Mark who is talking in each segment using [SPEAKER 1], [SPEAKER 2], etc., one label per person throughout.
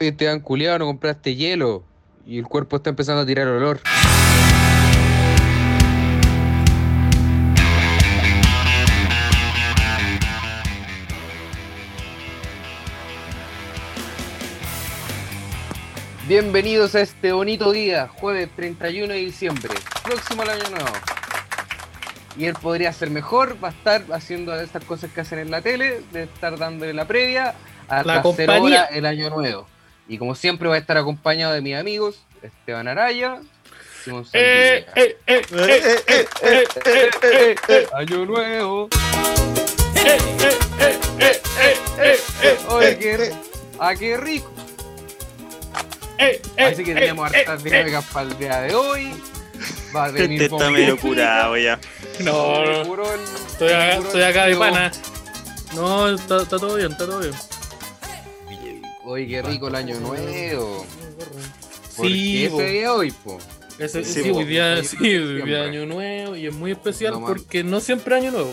[SPEAKER 1] Y te han culiado, no compraste hielo. Y el cuerpo está empezando a tirar olor. Bienvenidos a este bonito día, jueves 31 de diciembre, próximo al año nuevo. Y él podría ser mejor, va a estar haciendo estas cosas que hacen en la tele, de estar dándole la previa a
[SPEAKER 2] La
[SPEAKER 1] la tercera
[SPEAKER 2] compañía.
[SPEAKER 1] hora el año nuevo. Y como siempre va a estar acompañado de mis amigos, Esteban Araya, Simón
[SPEAKER 2] Eh,
[SPEAKER 1] Saldivia.
[SPEAKER 2] eh, eh, eh, eh, eh, eh, eh, eh,
[SPEAKER 1] Año nuevo,
[SPEAKER 2] eh, eh, eh, eh, eh,
[SPEAKER 1] oye, qué, ah, qué rico.
[SPEAKER 2] eh, eh,
[SPEAKER 1] Así que
[SPEAKER 2] eh,
[SPEAKER 1] tenemos
[SPEAKER 2] eh,
[SPEAKER 1] hartas dinámicas para el día de hoy. Va a venir
[SPEAKER 3] Este está
[SPEAKER 1] Bombo
[SPEAKER 3] medio
[SPEAKER 1] Chica,
[SPEAKER 3] curado ya.
[SPEAKER 2] No, no,
[SPEAKER 1] Curó el-
[SPEAKER 2] estoy acá,
[SPEAKER 1] curó
[SPEAKER 2] estoy
[SPEAKER 1] el
[SPEAKER 2] acá de
[SPEAKER 1] frío.
[SPEAKER 2] pana. No, está, está todo bien, está todo bien.
[SPEAKER 1] Oye, qué rico el año nuevo.
[SPEAKER 2] Sí,
[SPEAKER 1] Porque
[SPEAKER 2] bo.
[SPEAKER 1] ese día de hoy, po.
[SPEAKER 2] Ese-
[SPEAKER 3] Sí,
[SPEAKER 2] sí,
[SPEAKER 3] bo.
[SPEAKER 2] hoy día,
[SPEAKER 1] Ahí
[SPEAKER 2] sí,
[SPEAKER 1] está
[SPEAKER 2] hoy
[SPEAKER 1] siempre.
[SPEAKER 2] día año nuevo y es muy especial
[SPEAKER 1] No, man.
[SPEAKER 2] porque no siempre año nuevo.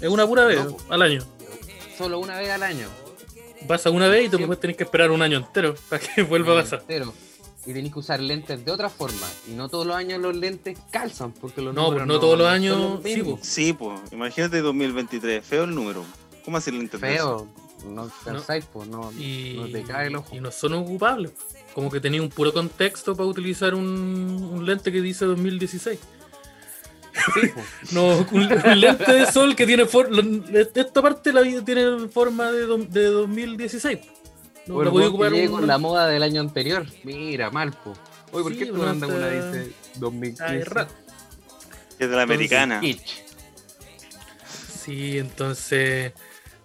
[SPEAKER 2] Es una pura vez
[SPEAKER 1] No, po.
[SPEAKER 2] al año.
[SPEAKER 1] Solo una vez al año.
[SPEAKER 2] Vas a una vez y
[SPEAKER 1] Sí.
[SPEAKER 2] después tenés que esperar un año entero para que vuelva a pasar.
[SPEAKER 1] Entero. Y tenés que usar lentes de otra forma. Y no todos los años los lentes calzan. Porque los
[SPEAKER 2] No,
[SPEAKER 1] números
[SPEAKER 2] pues no todos los años,
[SPEAKER 1] son los
[SPEAKER 2] sí,
[SPEAKER 1] mismos.
[SPEAKER 3] Sí, pues, imagínate 2023, feo el número. ¿Cómo hacer el internet?
[SPEAKER 1] Feo. No calzáis, po. No,
[SPEAKER 2] y,
[SPEAKER 1] no te cae el ojo.
[SPEAKER 2] y no son ocupables. Como que tenía un puro contexto para utilizar un, un lente que dice 2016.
[SPEAKER 1] Sí, po.
[SPEAKER 2] No, un, un lente de sol que tiene for- lo- este, esta parte la vida tiene forma de, do- de 2016. No,
[SPEAKER 1] Bueno,
[SPEAKER 2] no podía
[SPEAKER 1] vos que
[SPEAKER 2] ocupar
[SPEAKER 1] llegues
[SPEAKER 2] un-
[SPEAKER 1] con la moda del año anterior. Mira, mal, po. Oye, ¿por
[SPEAKER 2] Sí,
[SPEAKER 1] qué tú
[SPEAKER 2] bueno,
[SPEAKER 1] andas una
[SPEAKER 2] está-
[SPEAKER 1] dice
[SPEAKER 2] Ah, es
[SPEAKER 1] 2015?
[SPEAKER 2] raro.
[SPEAKER 3] Que es de la americana.
[SPEAKER 1] Kitsch.
[SPEAKER 2] Sí, entonces,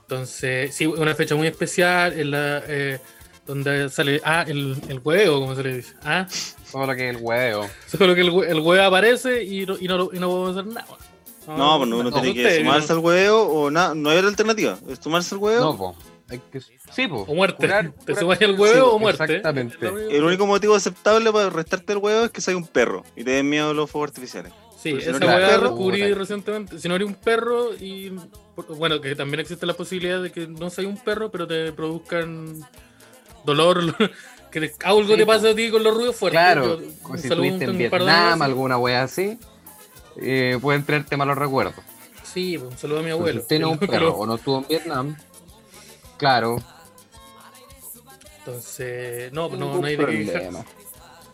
[SPEAKER 2] entonces, sí, una fecha muy especial en la eh, donde sale ah el, el huevo, como se le dice. Ah,
[SPEAKER 1] Todo lo que es el huevo.
[SPEAKER 2] solo que el, hue- el huevo aparece y no, y no, lo- y no podemos hacer nada.
[SPEAKER 3] No, pues uno tiene que
[SPEAKER 2] ustedes,
[SPEAKER 3] sumarse
[SPEAKER 2] ¿no?
[SPEAKER 3] al huevo o nada. No hay otra alternativa. Es sumarse al huevo.
[SPEAKER 1] No, po. Hay que- Sí, po.
[SPEAKER 2] O muerte.
[SPEAKER 1] Curar-
[SPEAKER 2] Te
[SPEAKER 1] curar-
[SPEAKER 2] sumáis al
[SPEAKER 1] Sí,
[SPEAKER 2] huevo
[SPEAKER 1] po,
[SPEAKER 2] o muerte.
[SPEAKER 1] Exactamente.
[SPEAKER 3] El único motivo aceptable para restarte el huevo es que seas un perro y te den miedo a los fuegos artificiales.
[SPEAKER 2] Sí,
[SPEAKER 3] Pero si
[SPEAKER 2] esa
[SPEAKER 3] no
[SPEAKER 2] weá
[SPEAKER 3] eres un perro,
[SPEAKER 2] la descubrí
[SPEAKER 1] puta.
[SPEAKER 2] recientemente. Si no eres un perro y. por- Bueno, que también existe la posibilidad de que no seas un perro, pero te produzcan dolor, que te- algo
[SPEAKER 1] Sí,
[SPEAKER 2] te
[SPEAKER 1] po.
[SPEAKER 2] pase a ti con los ruidos fuertes.
[SPEAKER 1] Claro,
[SPEAKER 2] Yo- un
[SPEAKER 1] como si
[SPEAKER 2] saludo,
[SPEAKER 1] estuviste en
[SPEAKER 2] un par de
[SPEAKER 1] Vietnam,
[SPEAKER 2] amigos.
[SPEAKER 1] alguna wea así, eh, pueden traerte malos recuerdos.
[SPEAKER 2] Sí, po, un saludo a mi
[SPEAKER 1] Pero Si
[SPEAKER 2] abuelo.
[SPEAKER 1] usted no es un perro o no estuvo en Vietnam, claro,
[SPEAKER 2] Entonces, no, no,
[SPEAKER 1] ningún
[SPEAKER 2] no hay de qué quejar.
[SPEAKER 1] problema.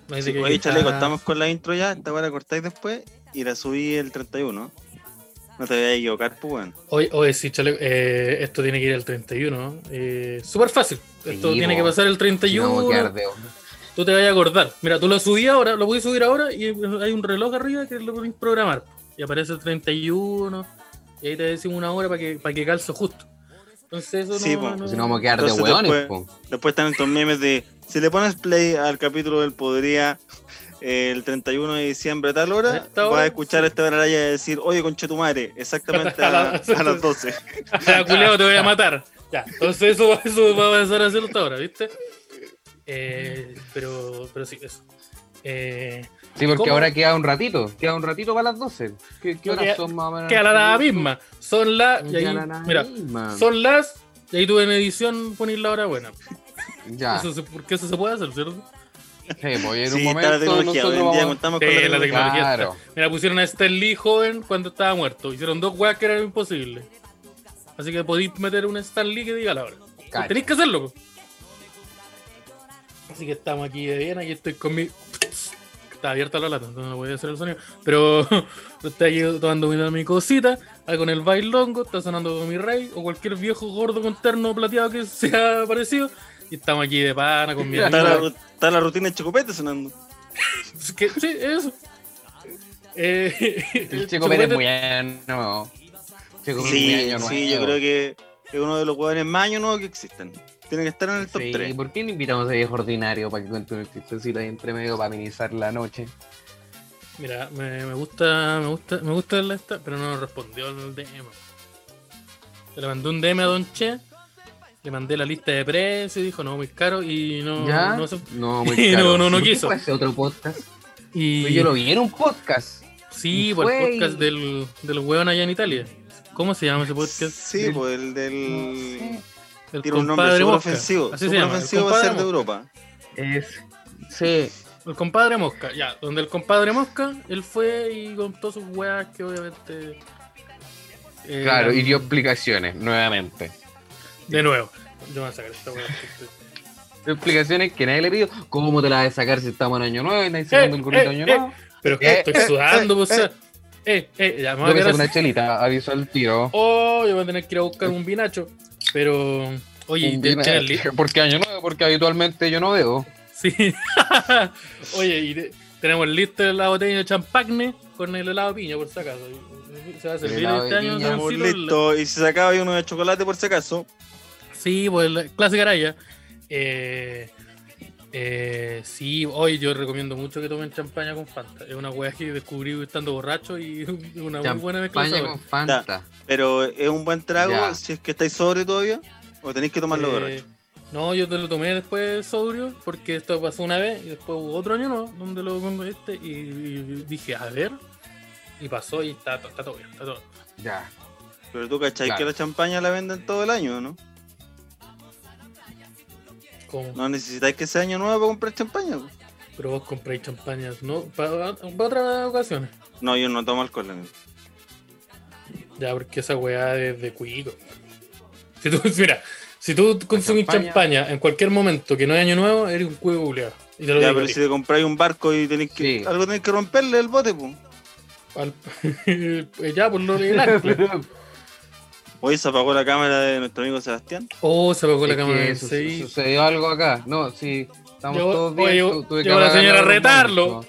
[SPEAKER 2] No hay de
[SPEAKER 3] Sí,
[SPEAKER 2] qué
[SPEAKER 3] oye, chaleco,
[SPEAKER 2] quejar.
[SPEAKER 3] estamos con la intro ya. Esta hora cortáis después y la subí el 31. No te voy a equivocar, pues, weón.
[SPEAKER 2] Oye, oye, sí, chaleco, eh, esto tiene que ir al 31. Eh, Súper fácil. Esto
[SPEAKER 1] Sí,
[SPEAKER 2] tiene
[SPEAKER 1] po.
[SPEAKER 2] que pasar el
[SPEAKER 1] Si no,
[SPEAKER 2] 31.
[SPEAKER 1] vamos a quedar de-
[SPEAKER 2] Tú te vas a acordar. Mira, tú lo subí ahora, lo voy a subir ahora y hay un reloj arriba que lo podéis programar. Y aparece el 31 y ahí te decimos una hora para que, para que calzo justo. Entonces eso no...
[SPEAKER 3] Sí, po,
[SPEAKER 2] no-
[SPEAKER 1] Si no, vamos a quedar de
[SPEAKER 3] Entonces
[SPEAKER 1] hueones,
[SPEAKER 3] después-
[SPEAKER 1] po.
[SPEAKER 3] Después están estos memes de si le pones play al capítulo del Podría eh, el 31 de diciembre a tal
[SPEAKER 2] ¿A
[SPEAKER 3] hora,
[SPEAKER 2] esta
[SPEAKER 3] vas
[SPEAKER 2] hora?
[SPEAKER 3] a escuchar a Esteban Araya decir, oye, conche tu madre, exactamente a, a las 12.
[SPEAKER 2] Ya, culeo, te voy a matar. Ya, entonces eso, eso va a pasar a hacer hasta ahora, ¿viste? Eh, pero, pero sí, eso. Eh,
[SPEAKER 1] Sí, porque
[SPEAKER 2] ¿Cómo?
[SPEAKER 1] ahora queda un ratito, queda un ratito para las 12. ¿Qué, qué
[SPEAKER 2] No,
[SPEAKER 1] horas
[SPEAKER 2] queda-
[SPEAKER 1] son más o menos?
[SPEAKER 2] que a la nada misma. Son las... y
[SPEAKER 1] Queda
[SPEAKER 2] ahí-
[SPEAKER 1] la nada
[SPEAKER 2] Mira,
[SPEAKER 1] misma.
[SPEAKER 2] son las... Y ahí tú en edición pones la hora buena.
[SPEAKER 1] Ya,
[SPEAKER 2] Eso se- porque eso se puede hacer, ¿cierto?
[SPEAKER 1] sí, pues, y en un
[SPEAKER 3] Sí, está la
[SPEAKER 1] momento
[SPEAKER 3] tecnología,
[SPEAKER 1] nosotros
[SPEAKER 3] hoy en día
[SPEAKER 1] vamos...
[SPEAKER 3] contamos
[SPEAKER 2] Sí,
[SPEAKER 3] con la
[SPEAKER 2] la
[SPEAKER 3] tecnología.
[SPEAKER 2] tecnología. tecnología
[SPEAKER 1] Claro,
[SPEAKER 2] Mira, pusieron a Stan Lee joven cuando estaba muerto. Hicieron dos weas que eran imposibles. Así que podéis meter un Stan Lee que diga la hora.
[SPEAKER 1] cacha.
[SPEAKER 2] Tenéis que hacerlo. po. Así que estamos aquí de bien. Aquí estoy con mi. Está abierta la lata, entonces no voy a hacer el sonido. Pero estoy aquí tomando mi, mi cosita. ahí con el bailongo. Está sonando con mi rey. O cualquier viejo gordo con terno plateado que sea parecido. Y estamos aquí de pana con mi
[SPEAKER 3] Está la,
[SPEAKER 2] amigo.
[SPEAKER 3] ru- está la rutina de Chocopete sonando.
[SPEAKER 2] Es que- Sí, eso. Eh,
[SPEAKER 1] El Checo Pérez
[SPEAKER 2] chupete-
[SPEAKER 1] muy bueno. Checo Pérez muy
[SPEAKER 3] Sí,
[SPEAKER 1] año
[SPEAKER 3] sí, yo
[SPEAKER 1] nuevo.
[SPEAKER 3] creo que es uno de los jugadores más año nuevo que existen. Tiene que estar en el top
[SPEAKER 1] Sí,
[SPEAKER 3] 3.
[SPEAKER 1] ¿por qué no invitamos a viejo ordinario para que cuente una chistecita ahí entre medio para amenizar la noche?
[SPEAKER 2] Mira, me, me gusta, me gusta, me gusta la esta, pero no respondió el DM. Se le mandó un DM a Don Che, le mandé la lista de precios, dijo no, muy caro, y no,
[SPEAKER 1] ¿Ya?
[SPEAKER 2] no se-
[SPEAKER 1] No,
[SPEAKER 2] Y
[SPEAKER 1] muy
[SPEAKER 2] no,
[SPEAKER 1] caro.
[SPEAKER 2] no, no
[SPEAKER 1] ¿Por qué
[SPEAKER 2] quiso.
[SPEAKER 1] fue ese otro podcast?
[SPEAKER 2] y
[SPEAKER 1] Pues Yo lo vi en un podcast.
[SPEAKER 2] sí,
[SPEAKER 1] y
[SPEAKER 2] por
[SPEAKER 1] fue
[SPEAKER 2] el
[SPEAKER 1] y-
[SPEAKER 2] podcast del, del weón allá en Italia. ¿Cómo se llama ese podcast?
[SPEAKER 3] Sí,
[SPEAKER 2] Del-
[SPEAKER 3] pues el del.
[SPEAKER 1] No sé.
[SPEAKER 2] El
[SPEAKER 3] Tiene un nombre
[SPEAKER 2] compadre
[SPEAKER 3] súper
[SPEAKER 2] Mosca.
[SPEAKER 3] ofensivo.
[SPEAKER 2] Así se
[SPEAKER 3] Súper
[SPEAKER 2] llama, el
[SPEAKER 3] ofensivo va a ser de
[SPEAKER 2] compadre
[SPEAKER 3] Europa.
[SPEAKER 1] Es. Sí.
[SPEAKER 2] El compadre Mosca, ya, donde el compadre Mosca, él fue y contó sus weas que obviamente. eh,
[SPEAKER 1] Claro, y dio explicaciones, nuevamente.
[SPEAKER 2] De nuevo, yo voy a sacar esta wea.
[SPEAKER 1] Explicaciones que nadie le pidió. ¿Cómo te la vas a sacar si estamos en año nuevo y nadie
[SPEAKER 2] Eh,
[SPEAKER 1] sacando un currito
[SPEAKER 2] eh,
[SPEAKER 1] año
[SPEAKER 2] eh,
[SPEAKER 1] nuevo?
[SPEAKER 2] Pero que
[SPEAKER 1] Eh,
[SPEAKER 2] estoy
[SPEAKER 3] eh,
[SPEAKER 2] sudando,
[SPEAKER 3] eh,
[SPEAKER 2] pues. o sea, Eh, eh, ya me voy
[SPEAKER 1] Yo que
[SPEAKER 2] a quedar
[SPEAKER 1] saco una
[SPEAKER 2] así.
[SPEAKER 1] chelita, aviso al tiro.
[SPEAKER 2] Oh, yo voy a tener que ir a buscar un vinacho. Pero. Oye,
[SPEAKER 1] Un
[SPEAKER 2] de
[SPEAKER 1] vino-
[SPEAKER 2] Charlie.
[SPEAKER 1] Porque año nuevo, porque habitualmente yo no veo.
[SPEAKER 2] Sí. Oye, y te- tenemos listo la botella de champagne con el helado de piña, por si acaso. Se va a servir
[SPEAKER 1] helado de
[SPEAKER 2] este año.
[SPEAKER 1] piña.
[SPEAKER 2] señor
[SPEAKER 3] Estamos
[SPEAKER 2] Silo,
[SPEAKER 3] listos. Y si sacaba ahí uno de chocolate por si acaso.
[SPEAKER 2] Sí, pues la clásica araya. Eh, eh, sí, hoy yo recomiendo mucho que tomen champaña con Fanta. Es una weá que descubrí estando borracho y una muy buena mezcla. de
[SPEAKER 1] España
[SPEAKER 2] sabores.
[SPEAKER 1] con Fanta.
[SPEAKER 3] Pero es un buen trago
[SPEAKER 1] Ya.
[SPEAKER 3] si es que estáis sobre todavía. O tenéis que tomarlo
[SPEAKER 2] Eh,
[SPEAKER 3] borracho.
[SPEAKER 2] no, yo te lo tomé después sobrio, porque esto pasó una vez y después hubo otro año no, donde lo pongo este y, y dije, a ver. Y pasó y está, to- está todo bien, está todo.
[SPEAKER 1] Ya.
[SPEAKER 3] Pero tú cacháis
[SPEAKER 1] claro.
[SPEAKER 3] que la champaña la venden todo el año, ¿no?
[SPEAKER 2] Como-
[SPEAKER 3] No necesitáis que sea año nuevo para comprar champaña. po.
[SPEAKER 2] Pero vos compráis champañas, ¿no? Para, otras ocasiones.
[SPEAKER 3] No, yo no tomo alcohol. amigo.
[SPEAKER 2] Ya, porque esa weá es de cuico. Si tú, mira, si tú consumís
[SPEAKER 1] champaña.
[SPEAKER 2] champaña. en cualquier momento que no es año nuevo, eres un cuico culiado. Y te lo
[SPEAKER 3] Ya,
[SPEAKER 2] digo.
[SPEAKER 3] pero
[SPEAKER 2] a ti.
[SPEAKER 3] si te compráis un barco y tenéis que.
[SPEAKER 1] Sí.
[SPEAKER 3] Algo tenéis que romperle el bote, pues.
[SPEAKER 2] Al- Eh, ya, por lo legal.
[SPEAKER 1] Es
[SPEAKER 3] Hoy se apagó la cámara de nuestro amigo Sebastián.
[SPEAKER 2] Oh, se apagó la cámara
[SPEAKER 1] que
[SPEAKER 2] del
[SPEAKER 1] su-
[SPEAKER 2] 6.
[SPEAKER 1] Sucedió algo acá. No, sí. Estamos
[SPEAKER 2] Llegó-
[SPEAKER 1] todos
[SPEAKER 2] oye,
[SPEAKER 1] bien.
[SPEAKER 2] llegó-
[SPEAKER 1] tu- tuve que
[SPEAKER 2] llegó la
[SPEAKER 1] apagar
[SPEAKER 2] señora a
[SPEAKER 1] luz,
[SPEAKER 2] retarlo.
[SPEAKER 1] no.